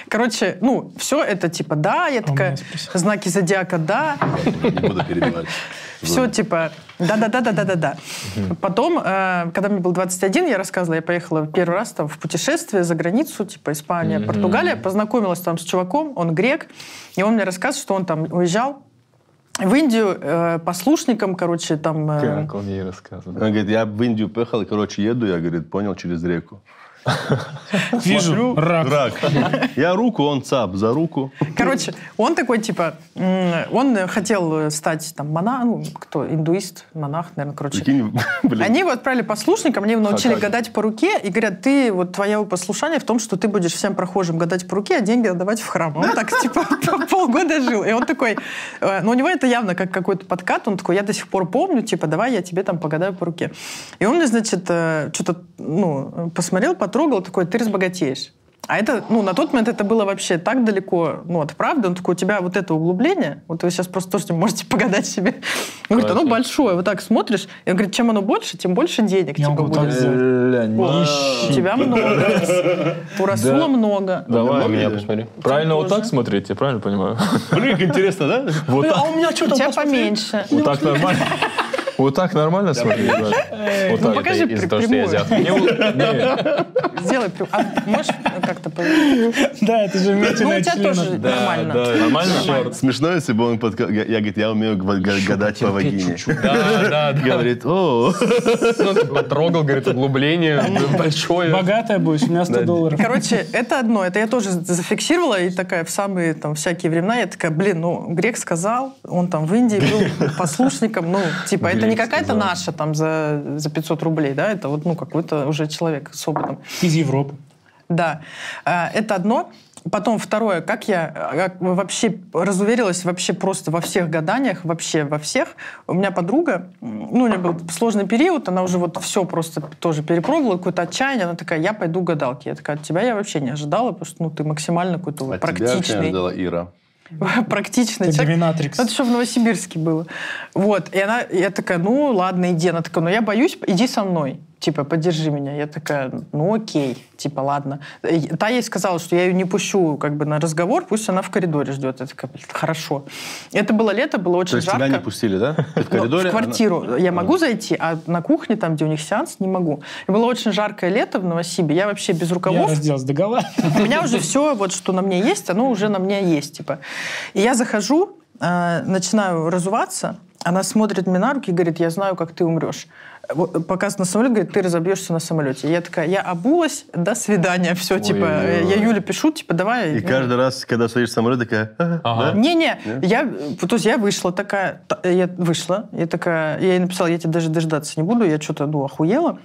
Короче, ну, все это типа
А
да, я такая,
меня спросили.
знаки зодиака да,
Не буду перебивать.
все типа да-да-да-да-да-да-да. Потом, э, когда мне было 21, я рассказывала, я поехала первый раз там в путешествие за границу, типа Испания, Португалия, познакомилась там с чуваком, он грек, и он мне рассказывал, что он там уезжал в Индию э, послушником, короче, там... э,
Как он ей рассказывал.
Она говорит, я в Индию поехал, и, короче, еду, я, говорит, понял, через реку.
Вижу, рак.
Я руку, он цап, за руку.
Короче, он такой, типа, м, он хотел э, стать там монах, ну, кто, индуист, монах, наверное, короче.
Прикинь, блин.
Они его отправили послушником, они его научили
как?
гадать по руке и говорят, ты, вот твое послушание в том, что ты будешь всем прохожим гадать по руке, а деньги отдавать в храм. Он так, типа, по- полгода жил. И он такой, э, ну, у него это явно как какой-то подкат, он такой, я до сих пор помню, типа, давай я тебе там погадаю по руке. И он мне, значит, что-то, ну, э, посмотрел, потрогал, такой, ты разбогатеешь. А это, ну, на тот момент это было вообще так далеко, ну, от правды. Он такой, у тебя вот это углубление, вот вы сейчас просто тоже не можете погадать себе. Он говорит, оно
Классно.
большое, вот так смотришь. И он говорит, чем оно больше, тем больше денег
Я
типа,
могу так
будет.
сделать.
Бля,
О, У
нищий.
тебя много. У Расула
Да.
много.
Давай.
На меня посмотри.
Правильно вот
тоже.
так смотреть, я правильно понимаю?
Блин, как интересно, да?
Вот
А
так,
у меня что-то У тебя поменьше.
вот так нормально. Вот так нормально смотреть, брат? Вот
Ну,
так.
покажи
Из-за
пр-
того, что я
прямую.
азиат.
Не, не,
Сделай прямую. А можешь как-то повернуть?
Да, это же
Ну,
вмятина
у тебя тоже
члена.
нормально.
Нормально?
Смешно, если бы он подка- Я, я, говорит, я умею г- г- гадать по вагине.
Да, да, да.
Говорит, о,
Ну, ты потрогал, говорит, углубление большое.
Богатая будешь, у меня 100 долларов.
Короче, это одно. Это я тоже зафиксировала. И такая в самые там всякие времена я такая, блин, ну, грек сказал, он там в Индии был послушником. Ну, типа, это не
Грек
какая-то
сказал.
наша там за, за 500 рублей, да? Это вот, ну, какой-то уже человек с опытом.
Из Европы.
Да, А, это одно. Потом второе, как я а, как вообще разуверилась вообще просто во всех гаданиях, вообще во всех. У меня подруга, м, ну, у нее был сложный период, она уже вот все просто тоже перепробовала, какое-то отчаяние, она такая, я пойду к гадалке. Я такая, от тебя я вообще не ожидала, потому что, ну, ты максимально какой-то
А
вот практичный,
ждала Ира.
практичный
Это
человек.
Доминатрикс.
Ну, Это еще в Новосибирске было. Вот. И она, я такая, ну ладно, иди. Она такая, ну я боюсь, иди со мной. Типа, поддержи меня. Я такая, ну окей, типа, ладно. Э, Та ей сказала, что я ее не пущу как бы на разговор, пусть она в коридоре ждет. Я такая, «Блин, хорошо. Это было лето, было очень
То есть
жарко.
тебя не пустили, да? Ты в
Ну,
коридоре?
в квартиру я могу зайти, а на кухне, там, где у них сеанс, не могу. И было очень жаркое лето в Новосибе. Я вообще без
Я
рукавов.
разделся до гола.
У меня уже все, вот что на мне есть, оно уже на мне есть, типа. И я захожу, э, начинаю разуваться, она смотрит мне на руки и говорит, я знаю, как ты умрешь. Вот, Показ на самолет, говорит, ты разобьешься на самолете. Я такая, я обулась, до свидания, все, типа, э, я Юле пишу, типа, давай.
И
ну,
каждый раз, когда стоишь в самолет, такая... «Ага».
не-не, я, э, то есть я вышла такая, та- я вышла, я такая, я ей написала, я тебя даже дождаться не буду, я что-то, ну, охуела.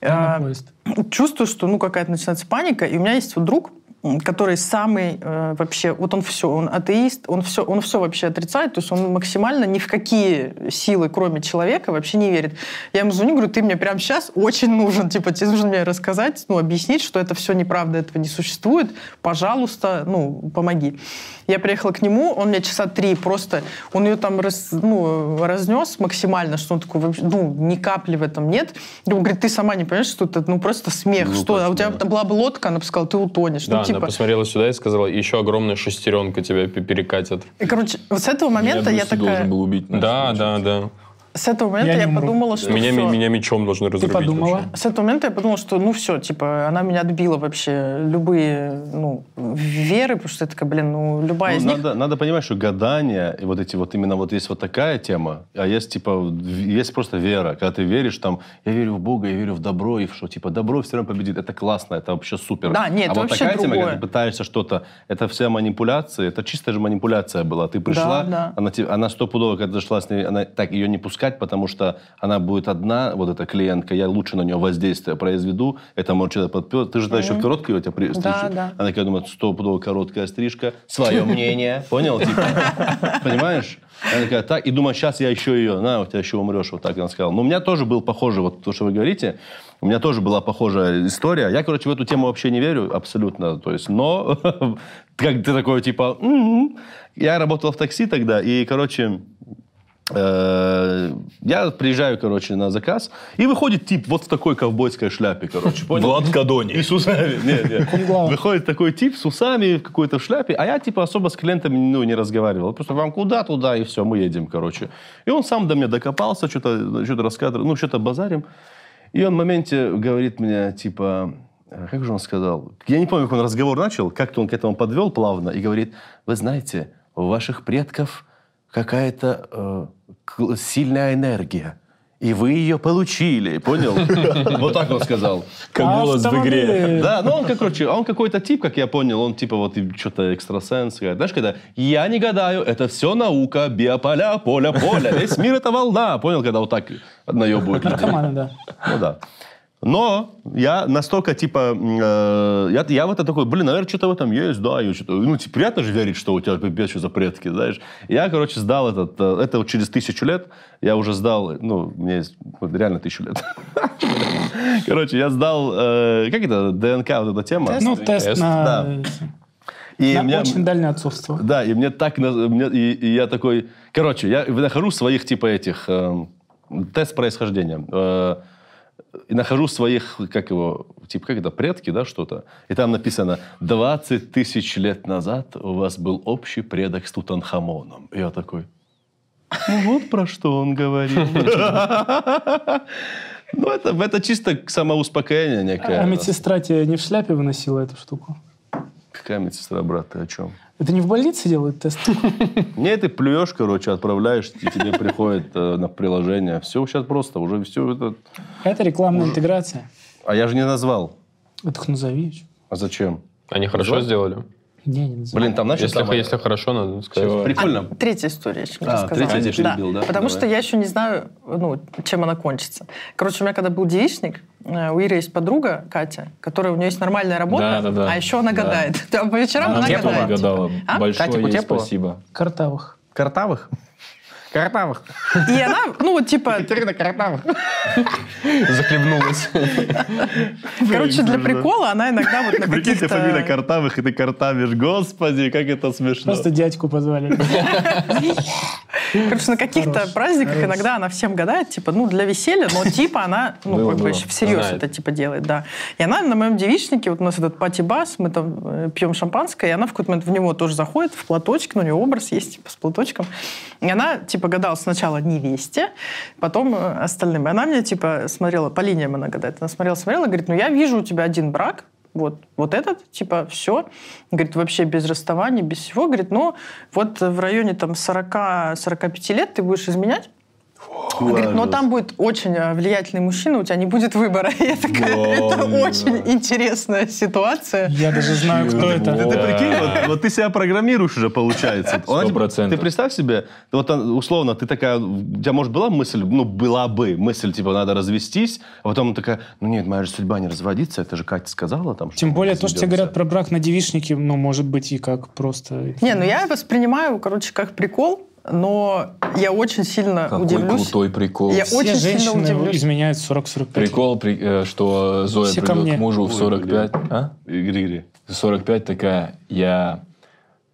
На
А,
поезд.
чувствую, что ну какая-то начинается паника, и у меня есть вот друг, м, который самый э, вообще, вот он все, он атеист, он все, он все вообще отрицает, то есть он максимально ни в какие силы, кроме человека, вообще не верит. Я ему звоню, говорю, ты мне прямо сейчас очень нужен, типа тебе нужно мне рассказать, ну объяснить, что это все неправда, этого не существует, пожалуйста, ну помоги. Я приехала к нему, он мне часа три просто, он ее там раз, ну, разнес максимально, что он такой, вообще, ну, ни капли в этом нет. Он говорит, ты сама не понимаешь, что это, ну, просто смех.
Глупость,
что, а у тебя
да.
там была бы лодка, она бы сказала, ты утонешь.
Да,
ну,
она
типа.
посмотрела сюда и сказала, еще огромная шестеренка тебя пе- перекатит.
И, короче, вот с этого момента я,
Я Брюс
такая,
должен был убить. нас.
Да, да, да.
с этого момента
Я
я,
не умру.
подумала, что
Меня,
всё.
ми- меня мечом должны
Ты
разрубить.
подумала?
вообще.
С этого момента я подумала, что ну все, типа, она меня отбила вообще любые, ну, веры, потому что я такая, блин, ну, любая
Ну,
из них
надо, надо понимать, что гадание, и вот эти вот именно вот есть вот такая тема, а есть типа, в- есть просто вера. Когда ты веришь там, я верю в Бога, я верю в добро, и в что, типа, добро все равно победит. Это классно, это вообще супер.
Да, нет,
а
это
вот
вообще
такая тема,
другое.
когда ты пытаешься что-то, это вся манипуляция, это чистая же манипуляция была. Ты пришла,
Да, да.
она тебе, она стопудово, когда зашла с ней, она так, ее не искать, потому что она будет одна, вот эта клиентка, я лучше на нее воздействие произведу, это может что-то подпер... Ты же тогда еще короткая у тебя при...
Да,
стрижка.
да.
Она такая думает, стопудово короткая стрижка, свое мнение, понял, типа, понимаешь? Она такая, так, и думаю, сейчас я еще ее, на, у тебя еще умрешь, вот так она сказала. Но у меня тоже был похожий, вот то, что вы говорите, у меня тоже была похожая история. Я, короче, в эту тему вообще не верю абсолютно. То есть, но как ты такой, типа, «Мгм». я работал в такси тогда, и, короче, э, я приезжаю, короче, на заказ, и выходит тип вот в такой ковбойской шляпе, короче, понял?
Влад Кадони.
И с усами. Нет, нет. Выходит такой тип с усами в какой-то шляпе, а я типа особо с клиентами ну, не разговаривал. Просто вам куда, туда, и все, мы едем, короче. И он сам до меня докопался, что-то что рассказывал, ну, что-то базарим. И он в моменте говорит мне, типа, э, как же он сказал? Я не помню, как он разговор начал, как-то он к этому подвел плавно и говорит, вы знаете, у ваших предков какая-то э, кл- сильная энергия. И вы ее получили, понял? Вот так он сказал.
А
Как голос в игре.
Автомобиль.
Да, ну он, как, короче, он какой-то тип, как я понял, он типа вот и что-то экстрасенс. говорит. Знаешь, когда я не гадаю, это все наука, биополя, поля, поля, весь мир это волна. Понял, когда вот так наебывают людей.
Наркоманы, да.
Ну да. Но я настолько, типа, м, э, я, я вот такой, блин, наверное, что-то в этом есть, да, и что-то, ну, типа, приятно же верить, что у тебя пипец, что за предки, знаешь. Я, короче, сдал этот, э, это вот через тысячу лет, я уже сдал, ну, мне есть, вот реально тысячу лет. Короче, я сдал, э, как это, ДНК, вот эта тема.
Ну, тест,
Тест,
на,
да.
на
И у меня-
очень дальнее отцовство.
да, и мне так... наз- мне- и, и я такой... Короче, я нахожу своих, типа, этих... эм, тест происхождения. Э, и нахожу своих, как его... Типа, как это? Предки, да, что-то? И там написано 20 тысяч лет назад у вас был общий предок с Тутанхамоном. И я такой... Ну вот про что он говорил. Ну, это, это чисто самоуспокоение некое.
А медсестра тебе не в шляпе выносила эту штуку?
Какая медсестра, брат, ты о чем?
Это не в больнице делают тест?
Не, ты плюешь, короче, отправляешь, и тебе приходит э, на приложение. Все сейчас просто, уже все это...
Это рекламная интеграция.
А я же не назвал.
Это их назови. чё.
А зачем?
Они хорошо сделали.
Не, не назови.
Блин, там знаешь,
Если,
самое-
если хорошо, надо сказать.
Прикольно.
А, Третья история, я еще не
А,
рассказала.
третья, я тебя перебил, да?
Потому
Давай.
что я еще не знаю, ну, чем она кончится. Короче, у меня когда был девичник, э, у Иры есть подруга Катя, которая у нее есть нормальная работа,
Да, да, да.
а еще она
Да.
гадает. Там По вечерам она,
Она мне
гадает.
гадала.
А?
Большое
Катя
ей
Кутепова?
спасибо.
Картавых.
Картавых? Картавых.
И она, ну вот типа,
Катерина Картавых. Захлебнулась.
короче, для прикола она иногда вот на
Прикинь, ты фамилия
каких-то...
Картавых, и ты картавишь. Господи, как это смешно.
Просто дядьку позвали.
Короче, на каких-то
Хорош,
праздниках
хорош.
иногда она всем гадает, типа, ну, для веселья, но типа она, ну,
Было,
как бы
было.
еще всерьез
Знает.
это типа делает, да. И она на моем девичнике, вот у нас этот пати-бас, мы там э, пьем шампанское, и она в какой-то момент в него тоже заходит, в платочек, ну, у нее образ есть, типа, с платочком. И она, типа, гадала сначала невесте, потом э, остальным. И она мне, типа, смотрела, по линиям она гадает, она смотрела, смотрела, говорит, ну, я вижу у тебя один брак, вот, вот этот, типа, все. Говорит, вообще без расставаний, без всего. Говорит, ну, вот в районе там 40-45 лет ты будешь изменять. Говорит, но там будет очень э, влиятельный мужчина, у тебя не будет выбора. И я такая, это очень интересная ситуация.
Я даже знаю, кто это.
Ты прикинь, вот, вот ты себя программируешь уже, получается. Она тебе-
процентов.
Ты представь себе, вот он, условно, ты такая, у тебя, может, была мысль, ну, была бы мысль, типа, надо развестись, а потом такая, ну, нет, моя же судьба не разводиться, это же Катя сказала там. что
Тем
мы
более то, что тебе
разведемся».
говорят про брак на девичнике, ну, может быть, и как просто...
Не, ну я воспринимаю, короче, как прикол, но я очень сильно
Какой
А, удивлюсь.
крутой прикол.
Я
Все
очень сильно
женщины
удивлюсь.
изменяют 40-45.
Прикол, при- э, что Зоя
Все ко
придет
мне.
к мужу в
Ой,
45. А?
Игорь, Игорь.
В 45 такая, я...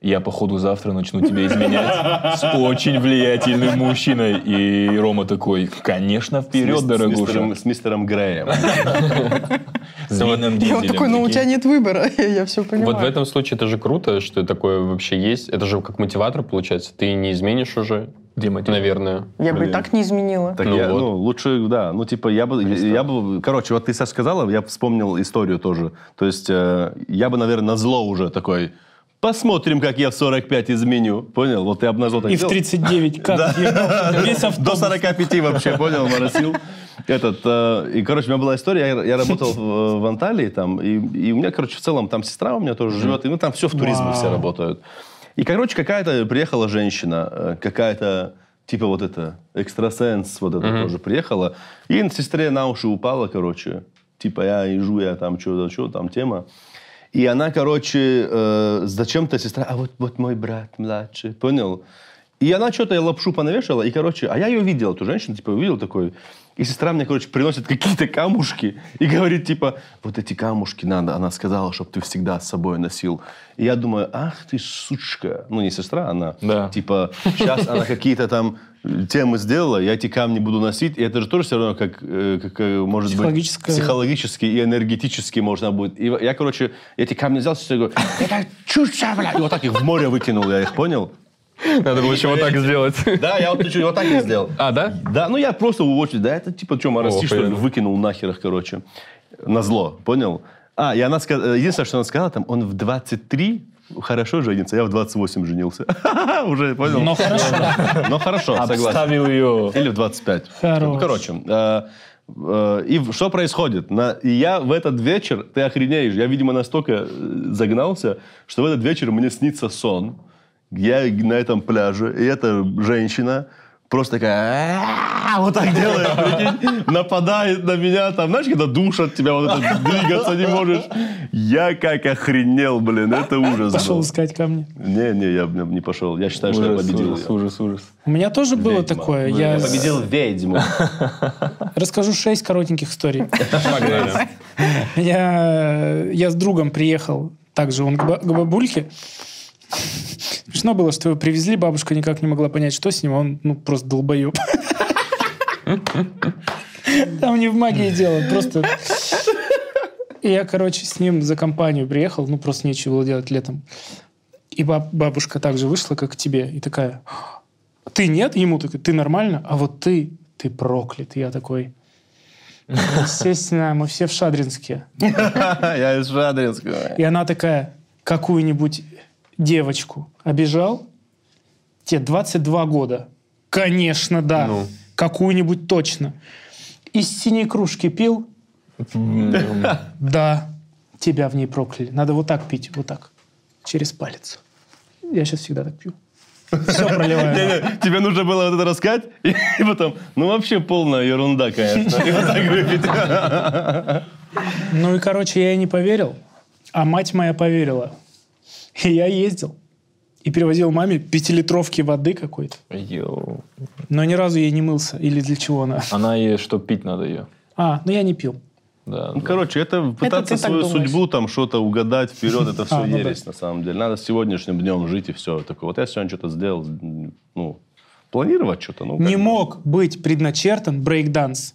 Я, походу, завтра начну тебя изменять с очень влиятельным мужчиной. И Рома такой, конечно, вперед,
С мис- С
дорогуша.
мистером, с мистером Греем.
С Вином
Я вот
Дизелем
такой, ну у
такие.
тебя нет выбора, я все понимаю.
Вот в этом случае это же круто, что такое вообще есть. Это же как мотиватор получается. Ты не изменишь уже,
Демотиватор.
наверное.
Я бы и
Блин.
так не изменила.
Так
Ну
я,
вот.
ну, лучше, да, ну, типа, я бы, я бы, короче, вот ты сейчас сказала, я вспомнил историю тоже. То есть, э, я бы, наверное, на зло уже такой, посмотрим, как я в 45 изменю, понял? Вот я бы на зло так
И в
сделал.
39, как? ебал, Весь
До
автобус.
45 вообще, понял, моросил. Этот, э, и, короче, у меня была история, я, я работал в, в Анталии там, и, и у меня, короче, в целом там сестра у меня тоже живет, и ну там все в туризме
Вау.
все работают. И, короче, какая-то приехала женщина, э, какая-то типа вот это, экстрасенс вот это тоже приехала. И на сестре на уши упала, короче. Типа я ижу, я там что-то, что там тема. И она, короче, э, зачем-то сестра, а вот, вот мой брат младший, понял? И она что-то лапшу понавешала, и, короче, а я ее видел, эту женщину, типа, увидел такой. И сестра мне, короче, приносит какие-то камушки и говорит, типа, вот эти камушки надо. Она сказала, чтобы ты всегда с собой носил. И я думаю, ах ты сучка. Ну, не сестра, она.
Да.
Типа, сейчас она какие-то там э, темы сделала, я эти камни буду носить. И это же тоже все равно как, э, как э, может быть,
Психологическое.
психологически и энергетически можно будет. И я, короче, эти камни взял, все говорю, это чушь, вся, бля. И вот так их в море выкинул, я их понял.
Надо было еще вот так сделать.
Да, я вот, чуть- вот так и сделал.
А, да?
Да, ну я просто в очередь, да, это типа, что, морости, что ли,
охуенно.
выкинул нахер их, короче, на зло, понял? А, и она сказала, единственное, что она сказала, там, он в 23 хорошо женится, я в 28 женился. Уже, понял?
Но хорошо.
Но хорошо, согласен.
Обставил ее.
Или в 25.
Хорош.
Ну, короче, э, э, и в- что происходит? На, и я в этот вечер, ты охренеешь, я, видимо, настолько э, загнался, что в этот вечер мне снится сон. Я на этом пляже, и эта женщина просто такая «А-а-а», вот так делает, прикинь, нападает на меня, там, знаешь, когда душат тебя, вот это, двигаться не можешь. Я как охренел, блин, это ужас.
Пошел
был.
искать ко мне.
Не, не, я б не пошел. Я считаю, что я
Ужас,
победил.
ужас,
её.
ужас, ужас.
У меня тоже было
Ведьма.
такое.
Ну,
Я
я победил ведьму.
расскажу шесть коротеньких историй.
Погнали.
Я, я с другом приехал, также он к, ба- к бабульке. Смешно было, что его привезли, бабушка никак не могла понять, что с ним, а он ну, просто долбоеб. Там не в магии дело, просто... И я, короче, с ним за компанию приехал, ну, просто нечего было делать летом. И баб- бабушка также вышла, как к тебе, и такая, ты нет? Ему такой, ты нормально? А вот ты, ты проклят. И я такой, естественно, мы все в Шадринске.
Я из Шадринска.
И она такая, какую-нибудь девочку обижал, тебе 22 года. Конечно, да. Какую-нибудь точно. Из синей кружки пил? Да. Тебя в ней прокляли. Надо вот так пить, вот так. Через палец. Я сейчас всегда так пью. Все проливаю.
Не-не, Тебе нужно было вот это рассказать, и потом, ну вообще полная ерунда, конечно. И вот так выпить.
Ну и, короче, я ей не поверил, а мать моя поверила. И я ездил. И перевозил маме пятилитровки воды какой-то.
Йоу.
Но ни разу я не мылся. Или для чего она?
Она ей, что пить надо ее.
А, ну я не пил.
Да,
Ну,
да.
Короче, это пытаться
ты так
свою
думаешь.
судьбу, там что-то угадать вперед, это все
А, ну да.
ересь на самом деле. Надо сегодняшним днем жить и все. Такое, вот я сегодня что-то сделал, ну, планировать что-то. Ну,
Не
как бы.
мог быть предначертан брейкданс.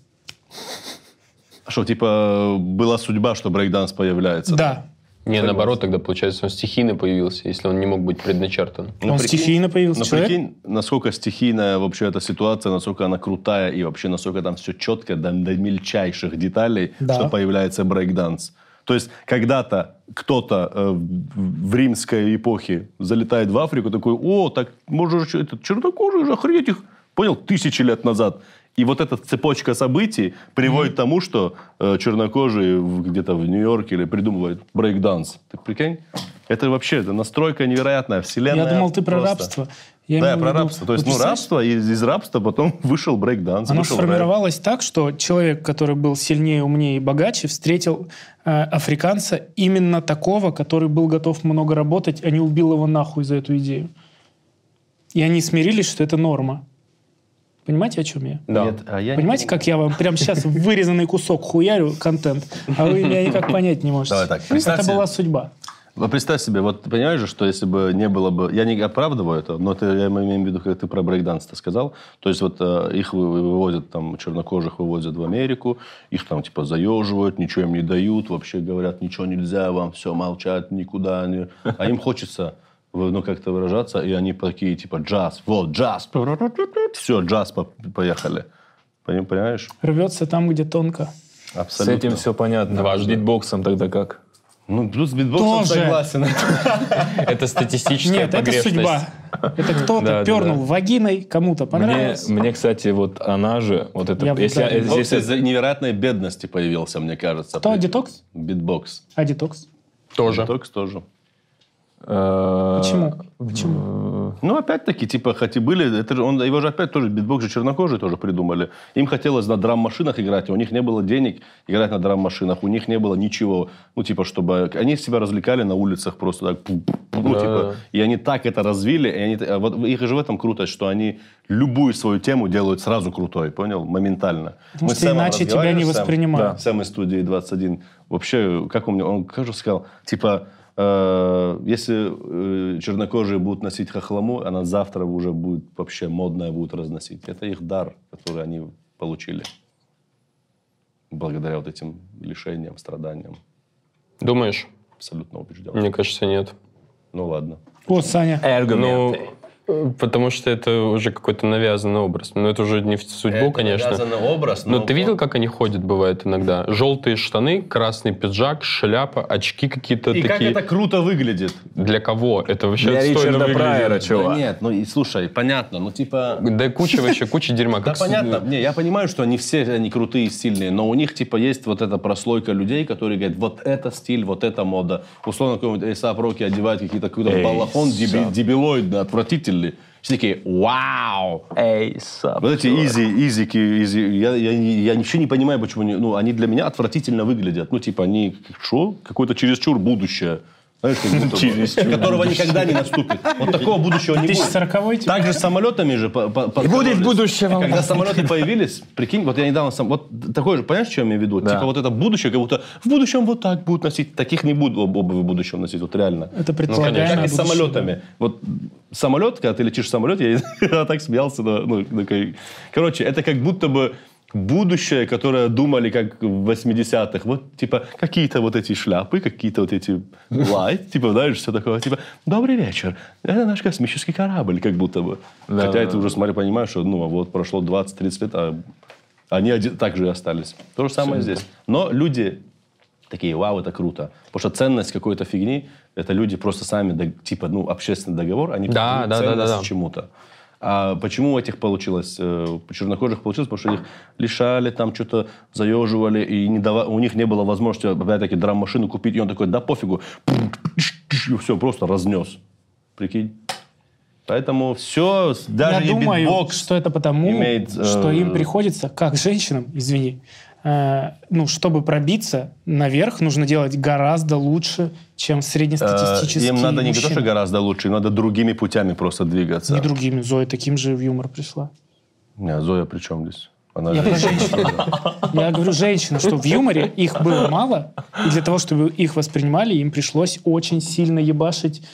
А Что, типа, была судьба, что брейкданс появляется?
Да.
Не, наоборот, тогда получается, он стихийно появился, если он не мог быть предначертан.
Он стихийно появился,
Но
человек.
Ну, прикинь, насколько стихийная вообще эта ситуация, насколько она крутая и вообще насколько там все четко до, до мельчайших деталей,
Да.
что появляется брейкданс. То есть когда-то кто-то э, в в римской эпохе залетает в Африку, такой, о, так может же этот чернокожий же охренеть их, понял, тысячи лет назад. И вот эта цепочка событий приводит к тому, что э, чернокожие в- где-то в Нью-Йорке или придумывают брейкданс. Ты прикинь? Это вообще это настройка невероятная, вселенная.
Я думал, ты про
просто.
рабство.
Да, я
имел в
про
виду-
рабство. То есть,
Вот
ну,
представляешь,
рабство, из, из рабства потом вышел брейкданс.
Оно
вышел
сформировалось так, что человек, который был сильнее, умнее и богаче, встретил э, африканца именно такого, который был готов много работать, а не убил его нахуй за эту идею. И они смирились, что это норма. Понимаете, о чем я?
рэп.
Да.
Нет, а я не-
Понимаете, как я вам прямо сейчас вырезанный кусок хуярю контент, а вы меня никак понять не можете. Ну,
Давай так,
Это
представьте-
была судьба.
Вот Представь себе, вот ты понимаешь же, что если бы не было бы... Я не оправдываю это, но ты, я имею в виду, как ты про брейкданс ты сказал. То есть вот э, их вы- вывозят, там, чернокожих вывозят в Америку, их там типа заеживают, ничего им не дают, вообще говорят, ничего нельзя, вам все, молчать, никуда. Не... А им хочется вы- ну, как-то выражаться, и они такие, типа, джаз, вот, джаз, все, джаз, по- поехали. Поним- Понимаешь?
Рвется там, где тонко.
С
Абсолютно.
этим все понятно. С битбоксом тогда как?
Ну, плюс с битбоксом
Тоже.
согласен.
Это статистическая
Нет, это судьба.
погрешность.
Это кто-то
Да, да,
пернул
да.
вагиной, кому-то
Мне,
понравилось.
мне, кстати, вот она же, вот это,
Я бы
если,
да,
э,
Битбокс
здесь это-
из-за невероятной бедности появился, мне кажется.
Кто,
При-
детокс?
Битбокс.
А детокс?
Тоже.
Битбокс тоже. Э,
Почему?
Почему?
Ну, опять-таки, типа, хотя были, это же, он, его же опять тоже, битбокс же чернокожие тоже придумали. Им хотелось на драм-машинах играть, и у них не было денег играть на драм-машинах, у них не было ничего, ну, типа, чтобы... Они себя развлекали на улицах просто так, пу- пу- пу- ну,
Да.
типа, и они так это развили, и они, а вот их же в этом круто, что они любую свою тему делают сразу крутой, понял, моментально.
Потому
Мы с
что
Сэмом
иначе тебя
разговаривали,
не
Сэм?
воспринимают.
Да. Сэм из студии 21. Вообще, как он мне, он как же сказал, типа, э, если э, чернокожие будут носить хохлому, она завтра уже будет вообще модная, будут разносить. Это их дар, который они получили благодаря вот этим лишениям, страданиям.
Думаешь?
Абсолютно убежден.
Мне кажется, нет.
Ну ладно.
Вот, Саня.
Ну, э, потому что это уже какой-то навязанный образ. Но это уже не в судьбу, конечно.
образ,
Но ты видел, как они ходят, бывает иногда? Желтые штаны, красный пиджак, шляпа, очки какие-то
И как
такие.
это круто выглядит.
Для кого? Это вообще
Для
отстойно
Ричарда
выглядит.
Прайера, чувак.
нет, ну и слушай, понятно, ну типа...
Да куча вообще, куча дерьма.
Да
Как с-
понятно, не, я понимаю, что они все они крутые и сильные, но у них типа есть вот эта прослойка людей, которые говорят, вот это стиль, вот это мода. Условно какой-нибудь Эйсап Роки одевает какие-то какой-то балахон деби- дебилоидный, отвратительный. Все такие, вау! Вот эти изи, изики, изи, я, я, не- я ничего не понимаю, почему они, ну, они для меня отвратительно выглядят. Ну, типа, они, что? Какое-то чересчур будущее. Знаешь, как будто бы. которого никогда не наступит. Вот такого будущего не будет.
2040 типа?
Так же с самолетами же по- по- поткнулись.
будущее вам.
Когда самолеты появились, прикинь, вот я недавно сам... Вот такое же, понимаешь, чем я веду? Типа вот это будущее, как будто в будущем вот так будут носить. Таких не будут об- обуви в будущем носить, вот реально.
Это
Как
предполагаемое
Ну, и с
будущее.
самолетами. Вот самолет, когда ты летишь в самолете, я так смеялся. но, ну, такой- Короче, это как будто бы будущее, которое думали как в 80-х. Вот, типа, какие-то вот эти шляпы, какие-то вот эти лайт, типа, знаешь, все такое. Типа, добрый вечер, это наш космический корабль, как будто бы.
Да,
Хотя
да,
это
да.
уже, смотри, понимаешь, что, ну, а вот прошло 20-30 лет, а они один- так же и остались. То же самое здесь. Но люди такие, вау, это круто. Потому что ценность какой-то фигни, это люди просто сами, дог- типа, ну, общественный договор, они
Да,
придают
да, да, да,
ценность
да.
чему-то. А почему у этих получилось, э, у чернокожих получилось, потому что их лишали, там что-то заеживали, и не дава- у них не было возможности, опять-таки, драм-машину купить, и он такой, да пофигу, и все, просто разнес. Прикинь. Поэтому все, даже
Я
и
думаю,
битбокс,
что это потому,
имеет, э,
что им приходится, как женщинам, извини, э, ну, чтобы пробиться наверх, нужно делать гораздо лучше, чем среднестатистический
э, им надо не то,
мужчина.
что гораздо лучше, им надо другими путями просто двигаться.
Не другими. Зоя таким же в юмор пришла.
Не, а Зоя при чем здесь? Она
Я
же-
про женщин. Я говорю женщина, что в юморе их было мало, и для того, чтобы их воспринимали, им пришлось очень сильно ебашить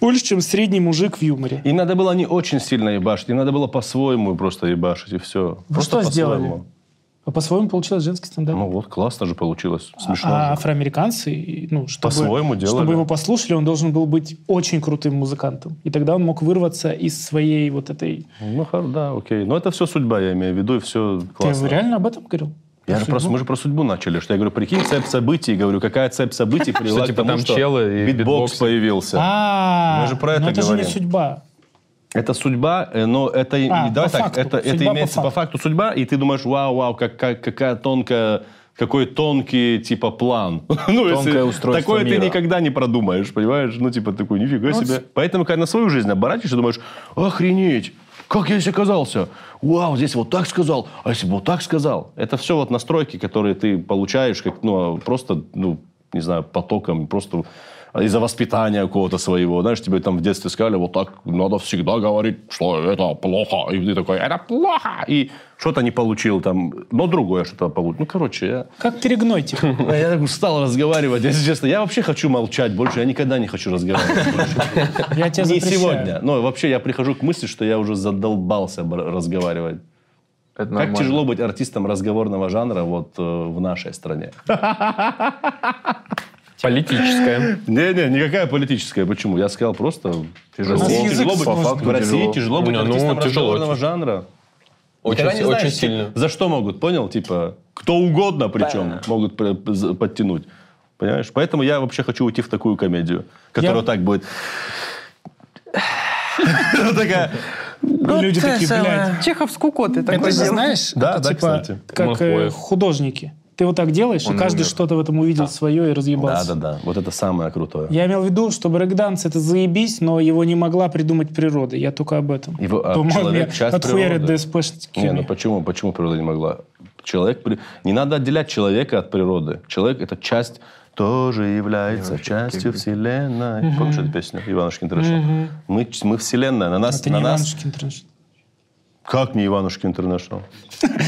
больше, чем средний мужик в юморе.
И надо было не очень сильно ебашить, им надо было по-своему просто ебашить, и все.
Вы Ну что сделали? А по-своему получилось женский стендап.
Ну вот, классно же получилось, смешно.
А
же.
афроамериканцы, и, ну, чтобы,
По-своему делали.
чтобы его послушали, он должен был быть очень крутым музыкантом. И тогда он мог вырваться из своей вот этой...
Ну, хор- да, окей. Но это все судьба, я имею в виду, и все классно.
Ты реально об этом говорил?
Я же про, мы же про судьбу начали, что я говорю, прикинь, цепь событий, говорю, какая цепь событий привела
типа,
к тому,
там
что
челы и
битбокс
битбоксы.
появился.
А,
Мы же про это
но это же не
говорим.
судьба.
Это судьба, э, но это, и-
А,
и давай
по
так,
факту.
это, это
Судьба по
имеется по факту. судьба, и ты думаешь, вау, вау, как, как- какая тонкая, какой тонкий, типа, план. ну, если
Тонкое устройство
Такое
мира.
ты никогда не продумаешь, понимаешь? Ну, типа, такой, нифига
Ну,
себе.
с-
Поэтому, когда на свою жизнь оборачиваешься, думаешь, охренеть, как я здесь оказался? Вау, здесь вот так сказал, а если бы вот так сказал? Это все вот настройки, которые ты получаешь, как, ну, просто, ну, не знаю, потоком, просто из-за воспитания какого-то своего. Знаешь, тебе там в детстве сказали, вот так надо всегда говорить, что это плохо. И ты такой, это плохо. И что-то не получил там, но другое что-то получил. Ну, короче, я...
Как перегной, типа.
Ой, Я так устал разговаривать, если честно. Я вообще хочу молчать больше, я никогда не хочу разговаривать.
Я тебя
Не
запрещаю.
сегодня. Но вообще я прихожу к мысли, что я уже задолбался бр- разговаривать.
Это
Как тяжело быть артистом разговорного жанра вот э, в нашей стране.
Политическое.
Не-не, никакая политическая. Почему? Я сказал просто...
Тяжело.
В России
У нас
тяжело
язык
быть-
по факту
В России
тяжело.
тяжело быть
Не, ну,
артистом
тяжело.
разговорного жанра.
Очень,
Никогда не
очень
знаешь,
сильно.
За что могут, понял? Типа, кто угодно причем могут п- п- за- подтянуть. Понимаешь? Поэтому я вообще хочу уйти в такую комедию, которая
Я-
так будет. Такая,
И люди такие, блядь.
Чехов скукоты
Ну, Это
такое
же,
дело.
знаешь,
Да,
это
да,
типа
кстати.
как э,
Малахоев.
художники. Ты вот так делаешь,
Он
и каждый
умер.
что-то в этом увидел свое и разъебался.
Да-да-да, вот это самое крутое.
Я имел в виду, что брейкданс это заебись, но его не могла придумать природа. Я только об этом.
Его, а,
Думал,
человек
мне
часть
отхуярят
природы.
ДСПшники.
Не, ну почему? Почему природа не могла? Человек... при- Не надо отделять человека от природы. Человек — это часть тоже является частью Вселенной. Помнишь эту песню Иванушкин Трэш? Мы, ч- мы Вселенная. На нас...
Это
на
не
нас...
Иванушкин трэш.
Как не Иванушкин Интернешнл?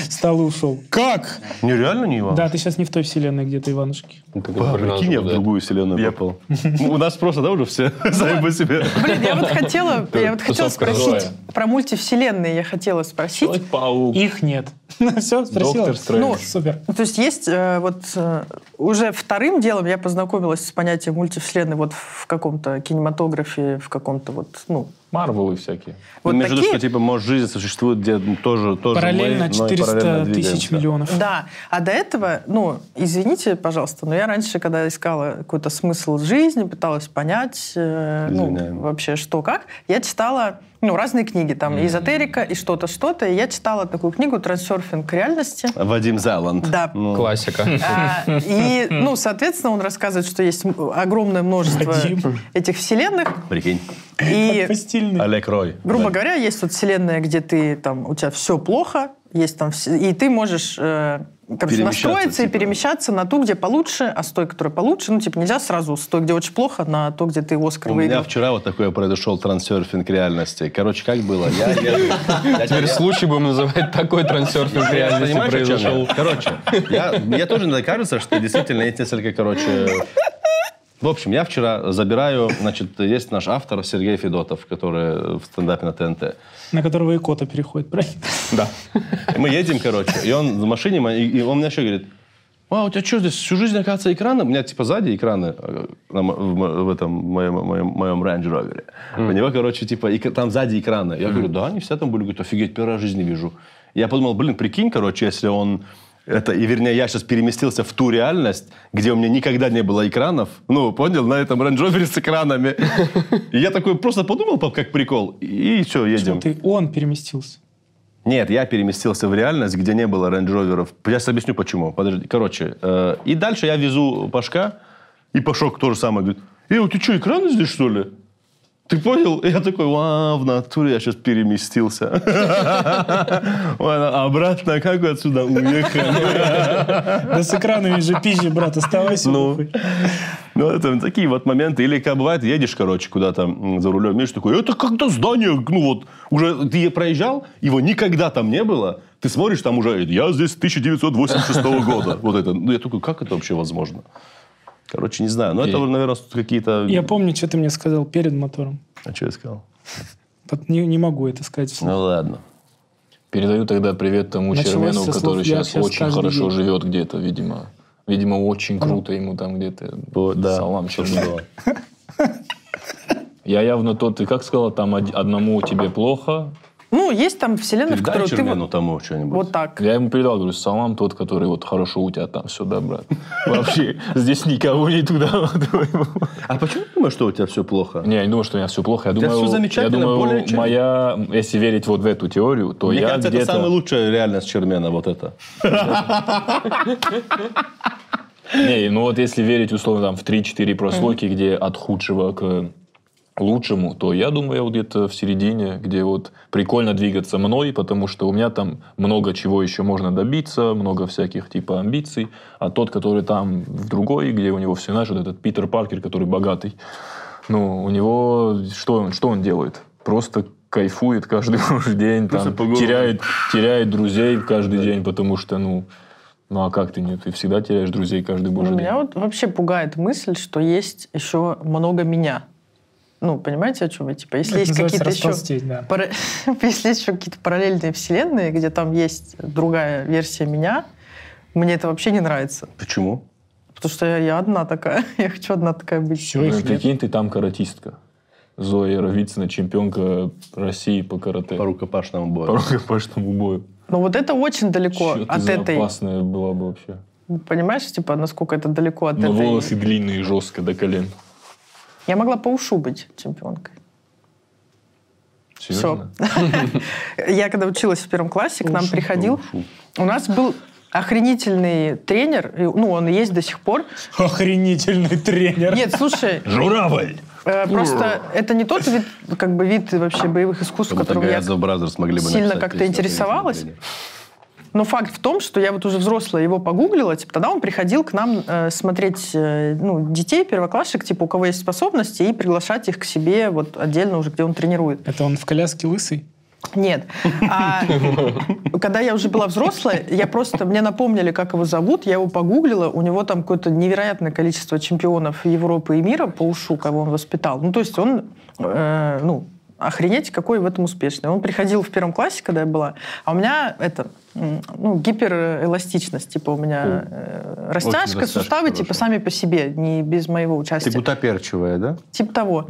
Встал и ушел. Как?
Не, реально не Иванушкин?
Да, ты сейчас не в той вселенной, где ты Иванушки.
Ну,
Ба, Прикинь, я в другую вселенную попал. Ну, У нас просто, да, уже все? Сами по себе.
Блин, я вот хотела, я вот хотела
тусовка
спросить
живая.
про мультивселенные. Я хотела спросить.
Паук.
Их нет. Все, спросила.
Доктор Стрэндж.
Ну,
Супер.
То есть есть э, вот э, уже вторым делом я познакомилась с понятием мультивселенной вот в каком-то кинематографе, в каком-то вот, ну,
Марвелы всякие.
вот
Между тем,
такие.
что, типа, может, жизнь существует где тоже, тоже
Параллельно
мы, но и
400
параллельно
тысяч
двигаемся.
миллионов.
Да, а до этого, ну, извините, пожалуйста, но я раньше, когда искала какой-то смысл жизни, пыталась понять, э, ну,
Извиняем.
вообще что как, я читала, ну, разные книги, там, эзотерика и что-то, что-то, и я читала такую книгу «Трансерфинг реальности».
Вадим Зайланд.
Да.
Ну,
Классика.
А, И, ну, соответственно, он рассказывает, что есть м- огромное множество
Вадим.
этих вселенных,
Прикинь.
и
Постельный.
Олег Рой.
Грубо
Да.
говоря, есть вот вселенная, где ты там у тебя все плохо, есть там вс- и ты можешь э, короче,
Перемещаться,
настроиться и
типа.
перемещаться на ту, где получше, а с той, которая получше, ну типа нельзя сразу с той, где очень плохо, на то, где ты Оскар
У меня
выиграл.
вчера вот такое произошел трансерфинг реальности. Короче, как было? Я, я, я
Теперь случай будем называть такой трансерфинг в
Я
реальности
понимаешь, о чем
произошел.
я? Короче, я, мне тоже иногда кажется, что действительно есть несколько, короче... В общем, я вчера забираю, значит, есть наш автор Сергей Федотов, который в стендапе на ТНТ.
На которого и кота переходит, правильно?
Да.
Мы едем, короче, и он в машине, мо- и, и он мне еще говорит, а, у тебя что здесь всю жизнь, оказывается, экраны? У меня, типа, сзади экраны э, на мо- в, мо- в этом моем, моем, моем Range Rover. У него, короче, типа, эк- там сзади экраны. Я говорю, да, они все там были. Говорит, офигеть, первый раз в жизни вижу. Я подумал, блин, прикинь, короче, если он... Это, и вернее, я сейчас переместился в ту реальность, где у меня никогда не было экранов. Ну, понял, на этом Range Rover с экранами. И я такой просто подумал, пап, как прикол, и все, едем.
Ты, он переместился.
Нет, я переместился в реальность, где не было рейндж-роверов. Я сейчас объясню, почему. Подожди. Короче, э, и дальше я везу Пашка, и Пашок тоже самое говорит. Эй, у тебя что, экраны здесь, что ли? Ты понял? И я такой, а, в натуре я сейчас переместился. Ой, а Обратно, как вы отсюда уехали?
Да с экранами же пизжи, брат, оставайся.
Ну.
нахуй.
Ну, это такие вот моменты. Или, как бывает, едешь, короче, куда-то м, за рулем, видишь, такой, это когда здание, ну вот, уже ты проезжал, его никогда там не было, ты смотришь, там уже, я здесь с 1986 года. Вот это. Ну, я такой, как это вообще возможно? Короче, не знаю. Но это, наверное, тут какие-то...
Я помню, что ты мне сказал перед мотором.
А что я сказал?
Под- Не, не могу это сказать вслух.
Ну, ладно.
Передаю тогда привет тому
Началось
Чермену,
со слов
который
«Я
сейчас
щас
очень
каждый
хорошо
день». Ну,
живет где-то, видимо. Видимо, очень круто ему там где-то.
О, да.
Салам, Чермен. Я явно тот, ты как сказала, там од- одному тебе плохо.
Ну, есть там вселенная, в
Передай
которую ты
Чермену
вот,
тому ну, что-нибудь.
вот так.
Я ему передал, говорю, салам тот, который вот хорошо у тебя там, сюда, брат. Вообще, здесь никого не туда.
А почему ты думаешь, что у тебя все плохо?
Не, я не думаю, что у меня все плохо. Я думаю,
всё замечательно,
я думаю,
более чем.
моя, если верить вот в эту теорию, то
Мне
я
кажется, это
где-то...
самая лучшая реальность Чермена, вот это.
Не, ну вот если верить, условно, там, в 3-4 прослойки, где от худшего к лучшему, то я думаю, я вот где-то в середине, где вот прикольно двигаться мной, потому что у меня там много чего еще можно добиться, много всяких типа амбиций, а тот, который там в другой, где у него все, знаешь, вот этот Питер Паркер, который богатый, ну, у него, что он, что он делает? Просто кайфует каждый божий день, там,
по городу.
теряет, теряет друзей каждый день, потому что, ну, ну а как ты не? Ты всегда теряешь друзей каждый божий день.
Ну, Меня вот вообще пугает мысль, что есть еще много меня. Ну, понимаете, о чем я? Типа, если
Это
есть
называется
какие-то еще...
растолстеть, да.
Пара- Если есть еще какие-то параллельные вселенные, где там есть другая версия меня, мне это вообще не нравится.
Почему?
Потому что я, я одна такая. Я хочу одна такая быть.
Все,
Блин,
их нет.
Ну, прикинь, ты там каратистка. Зоя Равицына, чемпионка России по карате.
По рукопашному бою.
По рукопашному бою.
Но вот это очень далеко
Чё ты
от
за
этой.
опасная была бы вообще.
Понимаешь, типа, насколько это далеко от
Но
этой.
Ну, волосы длинные, жестко до колен.
Я могла по ушу быть чемпионкой.
Серьезно?
Я когда училась в первом классе, к нам приходил. У нас был охренительный тренер, и, ну, он и есть до сих пор.
Охренительный тренер.
Нет, слушай,
Журавль!
э, просто это не тот вид, как бы вид вообще боевых искусств,
Как будто
которым я...
Гаязов Бразерс могли бы
сильно
написать,
как-то
если это не
интересовалась.
тренер.
Но факт в том, что я вот уже взрослая его погуглила, типа тогда он приходил к нам э, смотреть э, ну, детей, первоклассник, типа у кого есть способности, и приглашать их к себе вот отдельно уже, где он тренирует.
Это он в коляске лысый?
Нет. А когда я уже была взрослая, я просто, мне напомнили, как его зовут, я его погуглила, у него там какое-то невероятное количество чемпионов Европы и мира по ушу, кого он воспитал. Ну, то есть он, э, ну, охренеть, какой в этом успешный. Он приходил в первом классе, когда я была, а у меня это, м, ну, гиперэластичность, типа у меня э, растяжка,
растяжка
суставы,
хорошая.
типа сами по себе, не без моего
Ты
участия.
будто перчивая, да?
Типа того.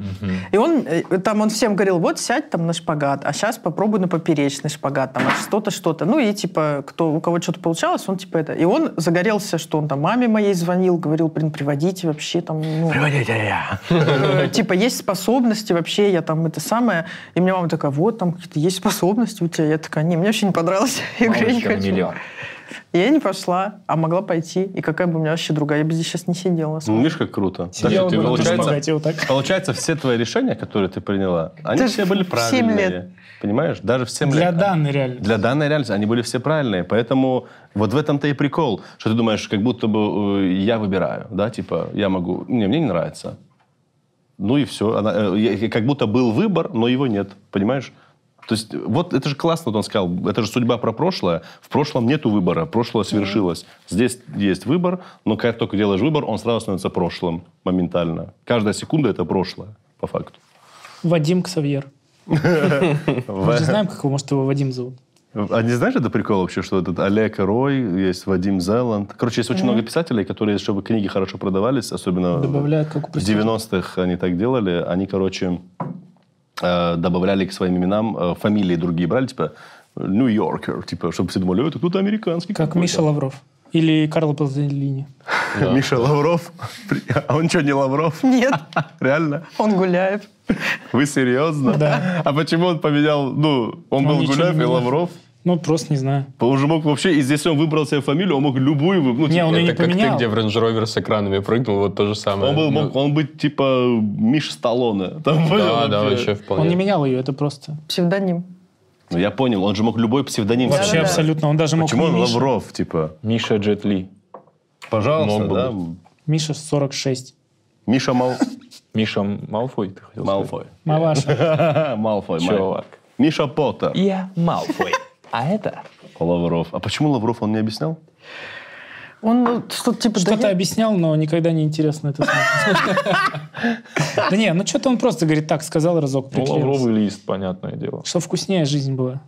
И он э, там он всем говорил, вот сядь там на шпагат, а сейчас попробуй на поперечный шпагат, там а что-то, что-то. Ну и типа, кто, у кого что-то получалось, он типа это. И он загорелся, что он там маме моей звонил, говорил, блин, приводите вообще там. ну, э, Типа, есть способности вообще, я там это самое. И мне мама такая, вот там какие-то есть способности у тебя. Я такая, не, мне вообще не понравилось. Я говорю, я не
Мамочка,
хочу.
миллион.
И Я не пошла, а могла пойти. И какая бы у меня вообще другая, я бы здесь сейчас не сидела.
Ну, видишь, как круто. Даже
Сидел бы
ты,
на
получается,
шпагате вот так.
получается, все твои решения, которые ты приняла, они
Даже
все были
в семь
правильные.
лет.
Понимаешь? Даже в 7
Для
лет.
данной реально.
Для данной реальности они были все правильные. Поэтому вот в этом-то и прикол, что ты думаешь, как будто бы э, я выбираю, да, типа я могу, не, мне не нравится. Ну и все. Она, э, я- я- как будто был выбор, но его нет, понимаешь? То есть э, вот это же классно, вот он сказал, это же судьба про прошлое. В прошлом нету выбора, прошлое свершилось. Здесь есть выбор, но как только делаешь выбор, он сразу становится прошлым моментально. Каждая секунда это прошлое, по факту.
Вадим Ксавьер. Мы же знаем, как его, может, его Вадим зовут.
А не знаешь, это прикол вообще, что этот Олег Рой, есть Вадим Зеланд. Короче, есть очень много писателей, которые, чтобы книги хорошо продавались, особенно
Добавляют, как у
в
проституток.
90-х они так делали, они, короче, э, добавляли к своим именам э, фамилии другие брали, типа Нью-Йоркер, типа, чтобы все думали, «О, это кто-то американский.
Как
какой-то».
Миша Лавров. Или Карл Пазолини.
Миша Лавров. А он что, не Лавров?
Ну.
Нет,
Реально?
он гуляет.
Вы серьезно?
Да.
А почему он поменял, ну, он,
Он
был
ничего
Гуляев
не
и
менял.
Лавров?
Ну, просто не знаю.
Он же мог вообще, и здесь он выбрал себе фамилию, он мог любую выбрать. Ну,
Не,
типа,
он и не
Это как ты,
поменял.
где в Range Rover с экранами прыгнул, вот то же самое.
Он был,
Ну,
мог он быть типа Миша Сталлоне. Там, понял,
Да, да,
вообще?
вообще
Он не
вполне.
менял ее, это просто.
Псевдоним.
Ну, я понял, он же мог любой псевдоним
Вообще
себе
да.
взять.
абсолютно. Он даже мог
Почему
не
он
Миша.
Лавров, типа?
Миша Джетли.
Пожалуйста,
Мог бы
да?
Миша 46.
Миша Мал-
Миша Малфой, ты хотел сказать?
Малфой.
Маваша.
Ха, Малфой, Малфой.
Чувак.
Миша Поттер.
Я Малфой. А это?
Лавров. А почему Лавров он не объяснял?
Он ну, что-то типа... да
Что-то
я-
объяснял, но никогда не интересно это смотреть. Да не, ну что-то он просто говорит, так, сказал разок,
Ну,
приклеился.
лавровый лист, понятное дело.
Что вкуснее жизнь была.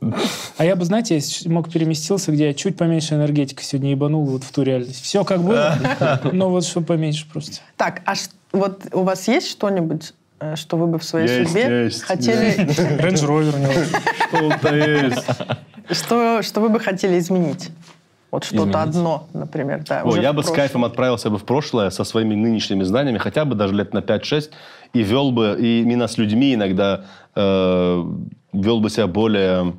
А я бы, знаете, если мог переместился, где я чуть поменьше энергетика сегодня ебанул вот в ту реальность. Все как было, но вот что поменьше просто.
Так, а ш- вот у вас есть что-нибудь, э, что вы бы в своей
Есть,
судьбе
есть,
хотели...
Рейндж Ровер у него.
Что-то есть.
Что, что вы бы хотели изменить? Вот что-то
Изменить?
одно, например, да.
О,
уже
я
в
бы с
прошлом.
кайфом отправился бы в прошлое со своими нынешними знаниями, хотя бы даже лет на 5-6, и вел бы и именно с людьми иногда э, вел бы себя более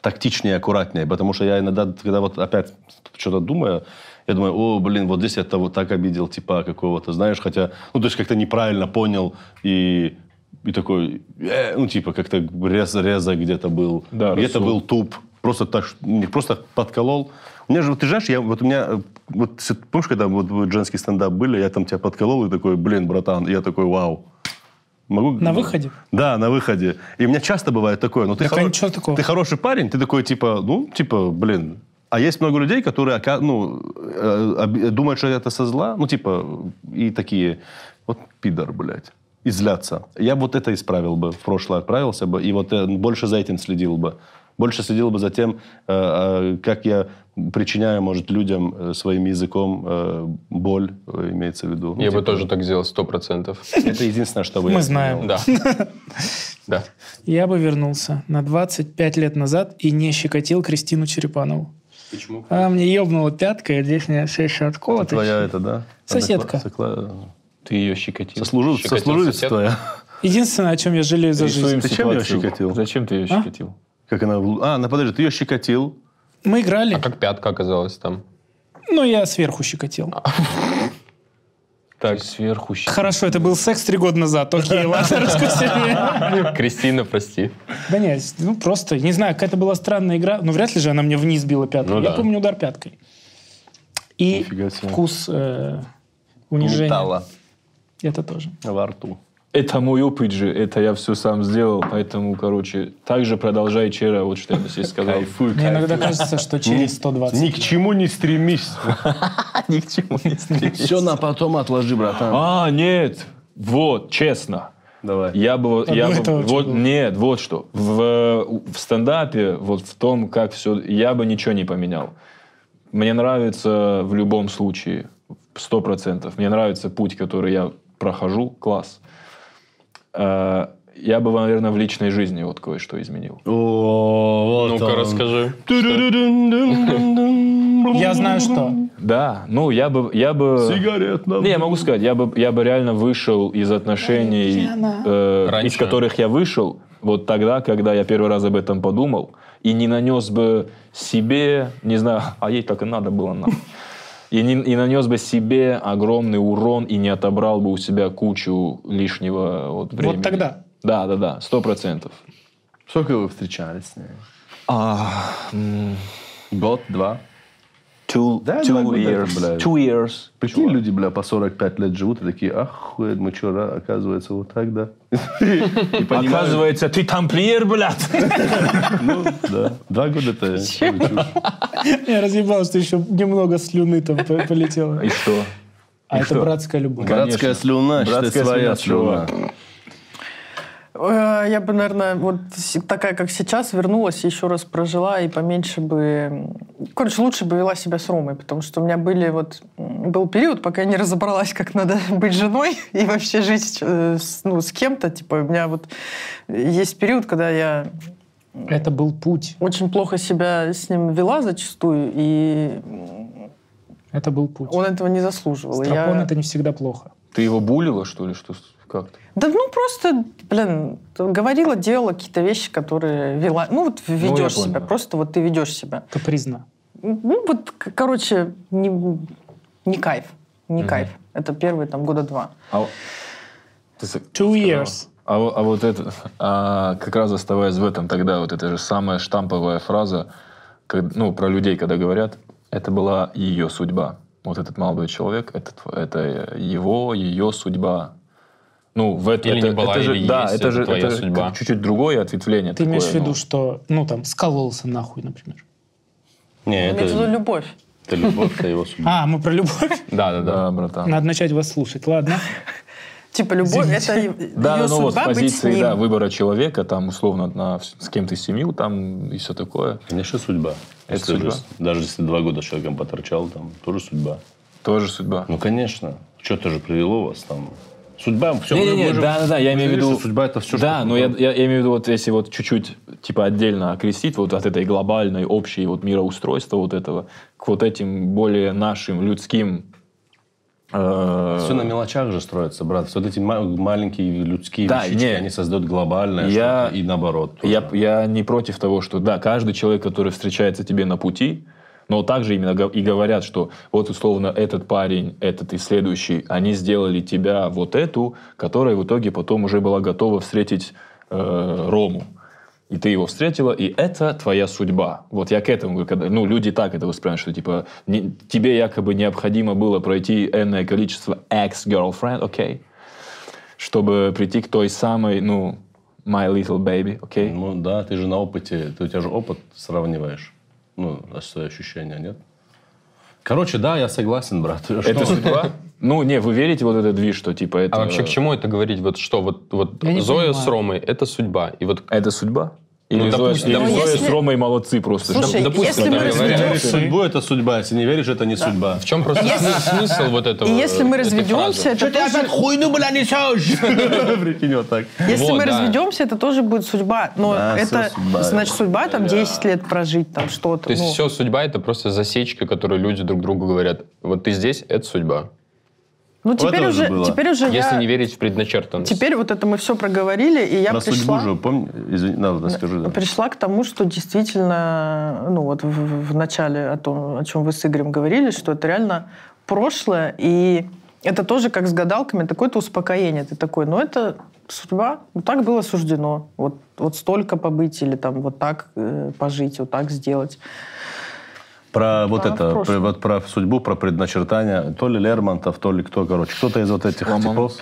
тактичнее, аккуратнее, потому что я иногда, когда вот опять что-то думаю, я думаю, о, блин, вот здесь я того так обидел, типа какого-то, знаешь, хотя, ну, то есть как-то неправильно понял и и такой, «Э», ну, типа, как-то рез, резок где-то был,
Да,
где-то
рассудок.
был туп. Просто так, ш- не, просто подколол. У меня же, вот ты знаешь, я, вот у меня, э, вот с- помнишь, когда вот вы женский стендап были, я там тебя подколол и такой, блин, братан, и я такой, вау. Могу...
На выходе?
Да, на выходе. И у меня часто бывает такое. Ну, ты,
Так, а ничего такого.
ты хороший парень, ты такой, типа, ну, типа, блин. А есть много людей, которые ока- ну, э, об- думают, что это со зла, ну, типа, и такие, вот пидор, блядь, и злятся. Я бы вот это исправил бы, в прошлое отправился бы, и вот э, больше за этим следил бы. Больше следил бы за тем, э, э, как я причиняю, может, людям э, своим языком э, боль, э, имеется в виду. Ну,
Я бы
типа,
тоже так сделал, сто процентов.
Это единственное, что бы я
Мы знаем.
сделал.
Да. Да.
Я бы вернулся на 25 лет назад и не щекотил Кристину Черепанову.
Почему?
Она мне ебнула пяткой, а здесь у меня все еще отколото.
Твоя это, да?
Соседка.
Сокла-
Ты ее щекотил.
сослужив-
Щекотил
Сослуживец
сосед.
твоя.
Единственное, о чем я жалею за жизнь.
Рисуем
Ты чем её
ситуацию.
щекотил?
Зачем ты ее щекотил?
Как она... в- А, она, подожди, ты ее щекотил.
Мы играли.
А как пятка оказалась там?
Ну, я сверху щекотил.
Так,
Сверху щ-
Хорошо, это был секс три года назад. Окей, ладно, раскусили.
Кристина, прости.
Да нет, ну просто, не знаю, какая-то была странная игра. Ну, вряд ли же она мне вниз била пяткой.
Ну
Я
да.
помню удар пяткой. И
Нифига себе.
вкус э, унижения.
Металла
Это тоже.
во рту.
Это мой опыт же, это я все сам сделал, поэтому, короче, также продолжай Чера, вот что я бы здесь сказал.
Кайфуй,
Мне
кайфуй.
иногда кажется, что через
ну Ни
120.
к чему не стремись.
Ни к чему не стремись.
Все на потом отложи, братан.
А, нет, вот, честно.
Давай.
Я бы, вот-
А
я
до
бы-
этого что
вот,
было?
нет, вот что. В, в стендапе, вот в том, как все, я бы ничего не поменял. Мне нравится в любом случае, сто процентов. Мне нравится путь, который я прохожу, класс. Э, Я бы, наверное, в личной жизни вот кое-что изменил.
О, вот
Ну-ка,
он.
расскажи.
Я знаю, что.
Да, ну я бы, я бы.
Сигарет нам.
Не, я могу сказать, я бы, я бы реально вышел из отношений, э, из
Раньше.
которых я вышел, вот тогда, когда я первый раз об этом подумал, и не нанес бы себе, не знаю, а ей так и надо было нам. И, не, и нанес бы себе огромный урон и не отобрал бы у себя кучу лишнего вот времени.
тогда.
Да, да, да, сто процентов.
Сколько вы встречались с ней?
А,
Год, два.
two,
Да,
two
два года это,
years,
блядь.
two years.
Прикинь, люди, бля, по 45 лет живут и такие, ахуеть, мы что, оказывается, вот так, да? И понимают,
Оказывается, ты тамплиер, блядь.
ну, да. Два года это чушь.
Я разъебал, что еще немного слюны там по- полетело.
И что?
А
и
это
что?
братская любовь.
Конечно.
Братская слюна, считай,
Братская
своя слюна.
слюна,
Э, Я бы, наверное, вот с- такая, как сейчас, вернулась, и еще раз прожила, и поменьше бы... м, Короче, лучше бы вела себя с Ромой, потому что у меня были вот... м, Был период, пока я не разобралась, как надо быть женой и вообще жить э, с, ну, с кем-то. Типа, у меня вот есть период, когда я
Это был путь.
очень плохо себя с ним вела зачастую, и м,
Это был путь.
он этого не заслуживал. И
Стропон
я-
это не всегда плохо.
Ты его булила, что ли? Что, с- как ты?
Да ну просто, блин, говорила, делала какие-то вещи, которые вела. Ну вот ведешь
понял,
себя,
да.
просто вот ты ведешь себя.
Капризно.
Ну вот, к- короче, не, не кайф, не кайф. Это первые там года два.
А, ты с-
Two
сказала.
years.
А, во- а вот это, а, как раз оставаясь в этом тогда, вот эта же самая штамповая фраза, как- ну, про людей, когда говорят, это была ее судьба. Вот этот молодой человек, это, тв- это его, ее судьба. Ну, в это,
Или
это,
не была,
это же,
или
да,
есть,
это,
это
же
твоя
это же
судьба.
как чуть-чуть другое ответвление.
Ты имеешь в
такое,
виду,
ну.
что, ну там, скололся нахуй, например.
Не,
Имею в виду любовь.
это любовь, это его судьба.
А, мы про любовь.
Да, да, да.
Да, братан.
Надо начать вас слушать, ладно?
Типа любовь, это е-
Да,
ее
ну вот
судьба
в
быть с
позиции
ним.
да, выбора человека, там, условно, на, вс- с кем ты семью, там, и все такое.
Конечно, судьба.
Это
Если
судьба.
же- Даже если два года с человеком поторчал, там тоже судьба.
Тоже судьба.
Ну, конечно. Что-то же привело вас там. Судьба, все.
Не, не, не, да, да, да, я имею в виду.
Судьба это все,
Да, но я, я, я имею в виду, вот если вот чуть-чуть типа отдельно окрестить вот от этой глобальной общей вот мироустройства вот этого к вот этим более нашим людским. э,
Все на мелочах же строится, брат. Вот эти ма- маленькие людские
Да,
вещички,
не.
они создают глобальное
Я-
что-то и наоборот. тоже.
Я, я не против того, что да, каждый человек, который встречается тебе на пути, но также именно го- и говорят, что вот условно этот парень, этот и следующий, они сделали тебя вот эту, которая в итоге потом уже была готова встретить э, Рому. И ты его встретила, и это твоя судьба. Вот я к этому говорю, когда, ну, люди так это воспринимают, что типа не- тебе якобы необходимо было пройти энное количество ex-girlfriend, окей, чтобы прийти к той самой, ну, my little baby, окей?
Ну да, ты же на опыте, ты, у тебя же опыт сравниваешь. Ну, а свои ощущения, нет? Короче, да, я согласен, брат.
Это
Что?
судьба? Ну, не, вы верите вот этот движ, что типа это...
А вообще к чему это говорить? Вот что, вот, вот
Я не
Зоя с
понимаю.
Ромой, это судьба. И вот
Это судьба? Или
Ну,
Зоя,
допустим,
или
допустим.
Зоя
Если-
с Ромой молодцы просто.
Слушай,
Чтоб-
допустим,
если мы
да,
Если
разведемся...
веришь в судьбу, это судьба. Если не веришь, это не судьба.
в чем просто см- смысл вот этого?
И если мы
этой
разведемся,
фразы?
это тоже...
хуйню, бля, несешь? Прикинь, вот так.
Если
Вот,
мы
да.
разведемся, это тоже будет судьба. Но
Да,
это,
всё судьба.
значит, судьба там 10 лет прожить, там что-то.
То есть
ну.
все судьба это просто засечка, которую люди друг другу говорят. Вот ты здесь, это судьба.
Ну,
Вот
теперь
это
уже,
уже было.
теперь уже
Если
я...
не верить в предначертанность.
Теперь вот это мы все проговорили, и я
Про судьбу
пришла...
же, помни, извини, надо скажи. да.
Пришла к тому, что действительно, ну вот в, в- в начале о том, о чем вы с Игорем говорили, что это реально прошлое, и это тоже как с гадалками, такое-то успокоение. Ты такой, ну это судьба, ну так было суждено. Вот, вот столько побыть или там вот так э, пожить, вот так сделать.
Про вот
Да, в
это,
прошлом.
про, вот про судьбу, про предначертание. То ли Лермонтов, то ли кто, короче. Кто-то из вот этих
Типа,
типов.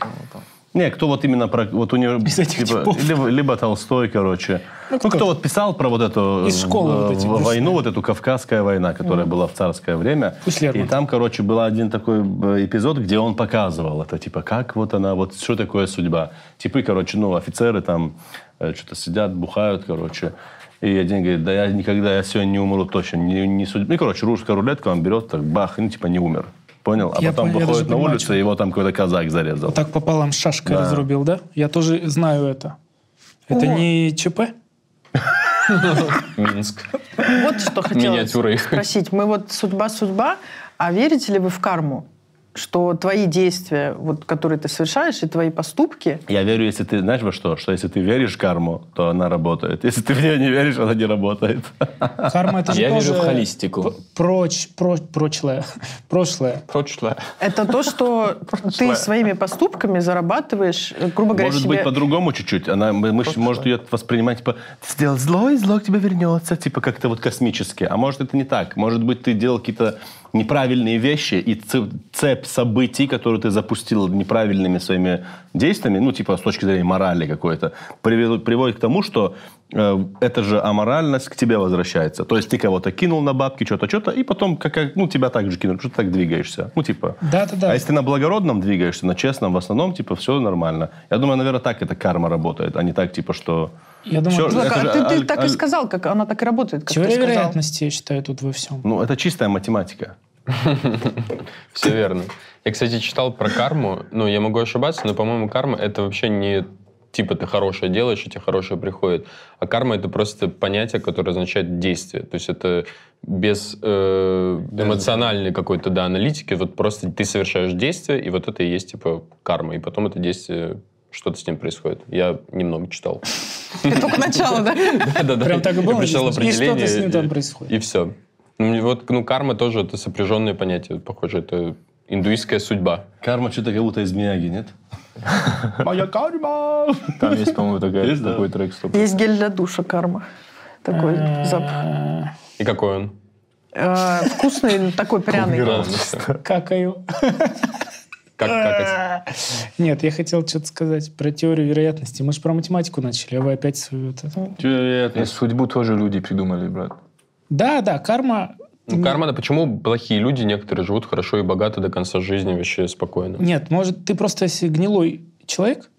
Не, кто вот именно про... Вот у него...
Из этих
либо,
типов.
либо, либо Толстой, короче. Ну, кто?
кто?
вот писал про вот эту...
Из школы
э,
вот эти
в-
грустные.
Войну, вот эту Кавказская война, которая была в царское время.
Пусть
И
Лермонтов.
там, короче, был один такой э, эпизод, где он показывал это, типа, как вот она, вот что такое судьба. Типы, короче, ну, офицеры там э, что-то сидят, бухают, короче. И один говорит, да я никогда, я сегодня не умру точно, не, не судьба. Ну, короче, русская рулетка, он берет, так, бах, и, ну, типа, не умер. Понял? А
Я
потом
понял, я
выходит
даже
на
понимаю,
улицу,
что-
и его там какой-то казак зарезал.
Так пополам с шашкой
Да.
разрубил, да? Я тоже знаю это. Это
О.
не ЧП?
Минск.
Вот что
ну,
хотела
типа,
Миниатюра их.
спросить. Мы вот судьба-судьба, а верите ли вы в карму? Что твои действия, вот, которые ты совершаешь, и твои поступки,
Я верю, если ты, знаешь во что? Что если ты веришь в карму, то она работает. Если ты в нее не веришь, она не работает.
Карма это же
А Я
тоже
верю в холистику.
п- Проч, про- прочлое. Прошлое.
Прочле.
Это то, что ты своими поступками зарабатываешь, э, грубо говоря,
Может
себе...
быть, по-другому чуть-чуть. Она мы- мы ж- может ее воспринимать, типа, ты сделал зло, и зло к тебе вернется, типа, как-то вот космически. А может, это не так. Может быть, ты делал какие-то неправильные вещи, и ц- цепь событий, которые ты запустил неправильными своими действиями, ну, типа, с точки зрения морали какой-то, привел- приводит к тому, что э, эта же аморальность к тебе возвращается. То есть ты кого-то кинул на бабки, что-то, что-то, и потом, как- как, ну, тебя также кинули, что ты так двигаешься. Ну, типа...
Да-да-да.
А если ты на благородном двигаешься, на честном, в основном, типа, все нормально. Я думаю, наверное, так эта карма работает, а не так, типа, что...
Я думаю,
Всё,
Ну, так,
это же
ты, ты
аль-
так и
аль-
сказал, как она так и работает. Как
Теория
ты сказал.
вероятности, я считаю, тут во всем.
Ну, это чистая математика.
Все верно. Я, кстати, читал про карму. Ну, я могу ошибаться, но, по-моему, карма это вообще не типа ты хорошее делаешь, и тебе хорошее приходит. А карма это просто понятие, которое означает действие. То есть это без э, эмоциональной какой-то да, аналитики. Вот просто ты совершаешь действие, и вот это и есть типа карма. И потом это действие, что-то с ним происходит. Я немного читал.
Это только начало, да?
Да-да-да.
Прям так и было
Я прочитал
написано? И
определение,
что-то с ним там
и-
происходит.
И все. Ну, и вот, ну, карма тоже это сопряженное понятие, вот, похоже, это индуистская судьба.
Карма что-то как будто из Мияги, нет? Моя карма!
Там есть, по-моему, такая-
Есть, да.
такой трек. стоп.
Есть гель для душа карма. Такой запах.
А,
И какой он?
Э, Вкусный, такой пряный.
Да, ну всё. Как,
Какаю.
как это?
Нет, я хотел что-то сказать про теорию вероятности. Мы же про математику начали, а вы опять свою... вот это.
И судьбу тоже люди придумали, брат.
Да, да, карма...
Ну, карма, да почему плохие люди некоторые живут хорошо и богато до конца жизни вообще спокойно?
Нет, может, ты просто если гнилой человек,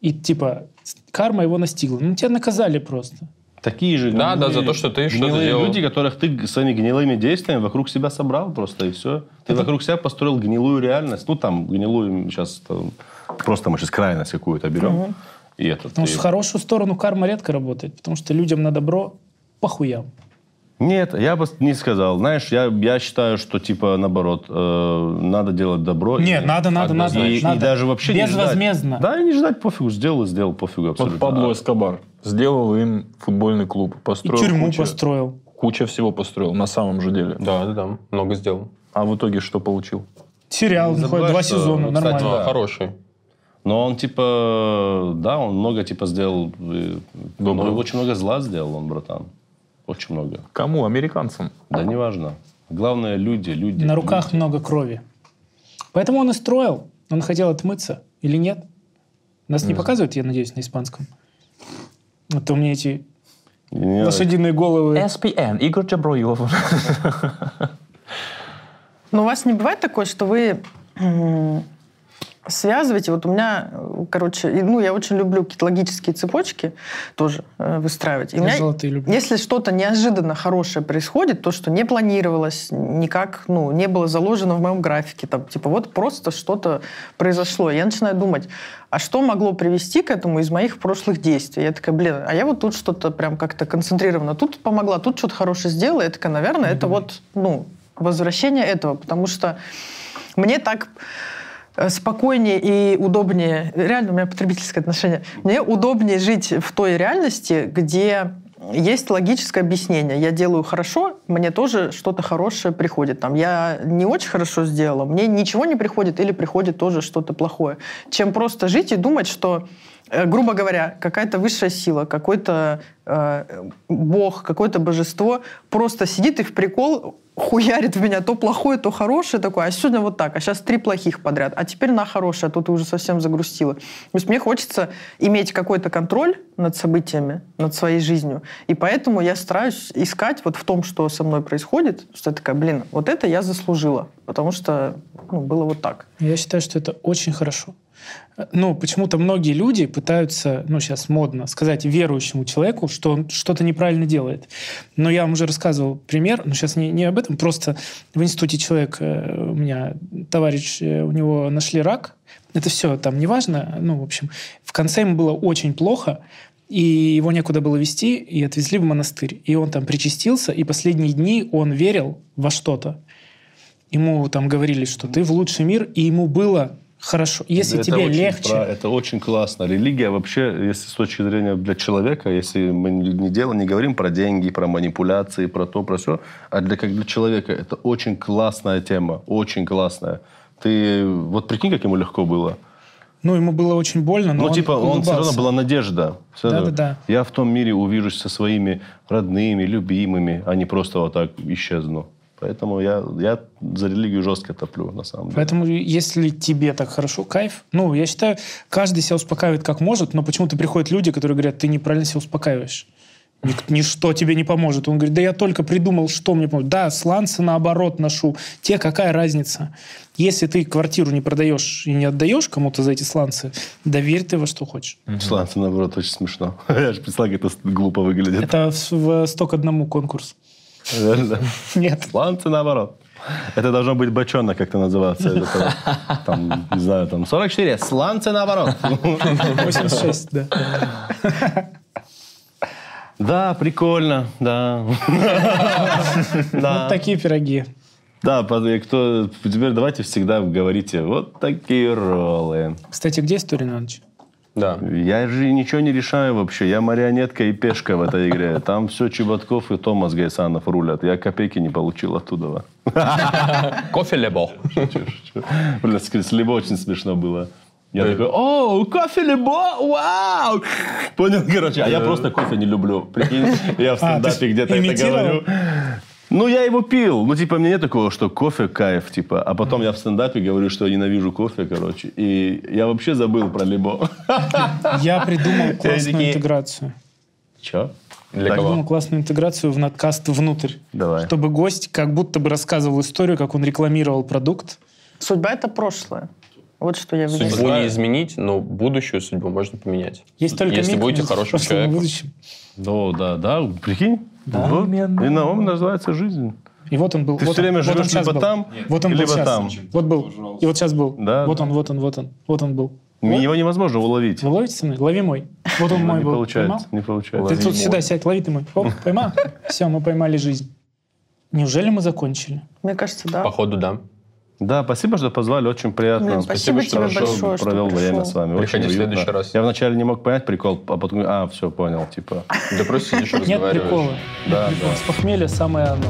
и типа с- карма его настигла. Ну, тебя наказали просто.
Такие же
Да,
гнилые-
да, за то, что ты что-то
гнилые
делал.
люди, которых ты своими гнилыми действиями вокруг себя собрал просто, и все. Ты вокруг себя построил гнилую реальность. Ну, там, гнилую сейчас... там, просто мы сейчас крайность какую-то берем. И это
Ну,
Потому
ты-
что в хорошую сторону карма редко работает, потому что людям на добро похуям.
Нет, я бы не сказал. Знаешь, я, я считаю, что типа наоборот, э, надо делать добро.
Не,
И-
надо, надо, надо,
И, и
надо.
даже вообще не ждать.
Безвозмездно.
Да, и не ждать, пофигу, сделал и сделал, пофигу абсолютно.
Вот Пабло Эскобар сделал им футбольный клуб,
И
построил
тюрьму
кучу,
построил.
куча всего построил на самом же деле.
Да, да, да, много сделал.
А в итоге что получил?
Сериал,
Не
выходит
забывай,
два
что,
сезона,
кстати,
Ну,
нормально.
Да.
Хороший.
Но он типа, да, он много типа сделал, э, но
Доброго.
очень много зла сделал он, братан. Очень много.
Кому? Американцам.
Да неважно. Главное, люди, люди.
На руках много крови. Поэтому он и строил. Он хотел отмыться или нет? Нас не показывают, я надеюсь, на испанском. А то мне эти
люди. Не-
лошадиные
Э,
головы.
СПН, Игорь Джаброев.
Но у вас не бывает такое, что вы м, связываете, вот у меня, э, короче, и, ну, я очень люблю какие-то логические цепочки тоже э, выстраивать. И у
Я
меня-
золотые люблю.
Если что-то неожиданно хорошее происходит, то, что не планировалось, никак, ну, не было заложено в моем графике, там, типа, вот просто что-то произошло. Я начинаю думать, а что могло привести к этому из моих прошлых действий? Я такая, блин, а я вот тут что-то прям как-то концентрированно, тут помогла, тут что-то хорошее сделала. Я такая, наверное, это вот, ну, возвращение этого, потому что мне так э, спокойнее и удобнее, реально у меня потребительское отношение, мне удобнее жить в той реальности, где есть логическое объяснение. Я делаю хорошо, мне тоже что-то хорошее приходит. Там, я не очень хорошо сделала, мне ничего не приходит или приходит тоже что-то плохое. Чем просто жить и думать, что, э, грубо говоря, какая-то высшая сила, какой-то э, бог, какое-то божество просто сидит и в прикол хуярит в меня то плохое, то хорошее такое, а сегодня вот так, а сейчас три плохих подряд, а теперь на хорошее, а то ты уже совсем загрустила. То есть мне хочется иметь какой-то контроль над событиями, над своей жизнью, и поэтому я стараюсь искать вот в том, что со мной происходит, что я такая, блин, вот это я заслужила, потому что ну, было вот так.
Я считаю, что это очень хорошо. Ну, почему-то многие люди пытаются, ну, сейчас модно, сказать верующему человеку, что он что-то неправильно делает. Но я вам уже рассказывал пример, но сейчас не, не об этом, просто в институте человек, э, у меня товарищ, э, у него нашли рак, это все там неважно, ну, в общем, в конце ему было очень плохо, и его некуда было вести, и отвезли в монастырь. И он там причастился, и последние дни он верил во что-то. Ему там говорили, что ты в лучший мир, и ему было хорошо. Если
Да, это
тебе
очень
легче,
прав- это очень классно. Религия вообще, если с точки зрения для человека, если мы не не дело, не говорим про деньги, про манипуляции, про то, про все, а для, как для человека это очень классная тема, очень классная. Ты вот прикинь, как ему легко было.
ну, ему было очень больно, но
Ну,
он
типа, он все равно
улыбался.
была надежда. Всё равно.
Да-да-да.
Я в том мире увижусь со своими родными, любимыми, а не просто вот так исчезну. Поэтому я, я за религию жестко топлю, на самом деле.
Поэтому, если тебе так хорошо, кайф. Ну, я считаю, каждый себя успокаивает как может, но почему-то приходят люди, которые говорят, ты неправильно себя успокаиваешь. Ник- Ничто тебе не поможет. Он говорит, да я только придумал, что мне поможет. Да, сланцы наоборот ношу. Тебе какая разница? Если ты квартиру не продаешь и не отдаешь кому-то за эти сланцы, доверь ты во что хочешь.
Сланцы, наоборот, очень смешно. Я же представляю, как это глупо выглядит.
Это в, в 100 к одному конкурс.
Реально.
Нет.
Сланцы наоборот. Это должно быть бочонок, как-то называться. Это там, там, не знаю, там 44. Сланцы наоборот.
86, да.
Да, прикольно, да.
Вот такие пироги.
Да, под- и кто... Теперь давайте всегда говорите, вот такие роллы.
Кстати, где история на ночь?
Да.
Я же ничего не решаю вообще. Я марионетка и пешка в этой игре. Там все Чеботков и Томас Гайсанов рулят. Я копейки не получил оттуда.
Кофе лебо.
Блин, с с Лебо очень смешно было. Я такой, о, кофе Лебо, вау! Понял, короче. А я просто кофе не люблю. Прикинь, я в стендапе
А, ты
где-то это
имитировал?
говорю. Ну, я его пил. Ну, типа, мне нет такого, что кофе кайф, типа. А потом я в стендапе говорю, что я ненавижу кофе, короче. И я вообще забыл про Лебо.
Я придумал классную
такие-
интеграцию.
Че?
Для
Так,
кого?
придумал классную интеграцию в надкаст внутрь.
Давай.
Чтобы гость как будто бы рассказывал историю, как он рекламировал продукт.
Судьба — это прошлое. Вот что я вижу.
Судьбу не изменить, но будущую судьбу можно поменять.
Есть только
Если
миг
будете
между
хорошим
прошлым и
человеком.
будущим.
Ну, да, да, прикинь. Вот. И на ум называется жизнь.
И вот он был.
Ты
вот
все
он-
время
вот он
живешь
щас
либо
был.
там,
Вот он был
либо
щас.
там.
Вот был. И вот сейчас был.
Да,
вот
да.
он, вот он, вот он. Вот он был.
Его невозможно уловить.
Вы ловите со мной? Лови мой. Вот он мой
не
был.
получается,
Поймал?
не получается.
Ты тут сюда сядь, лови ты мой. Оп, поймал. Все, мы поймали жизнь. Неужели мы закончили?
Мне кажется, да.
Походу, да.
Да, спасибо, что позвали, очень приятно.
Блин, спасибо тебе
хорошо
большое, что
провел
пришел.
время с вами. очень
Приходи в
уютно.
следующий раз.
Я вначале не мог понять прикол, а потом, а, все, понял, типа.
Да просто сидишь и
Нет
разговариваешь.
прикола.
Да, да.
С похмелья самое оно.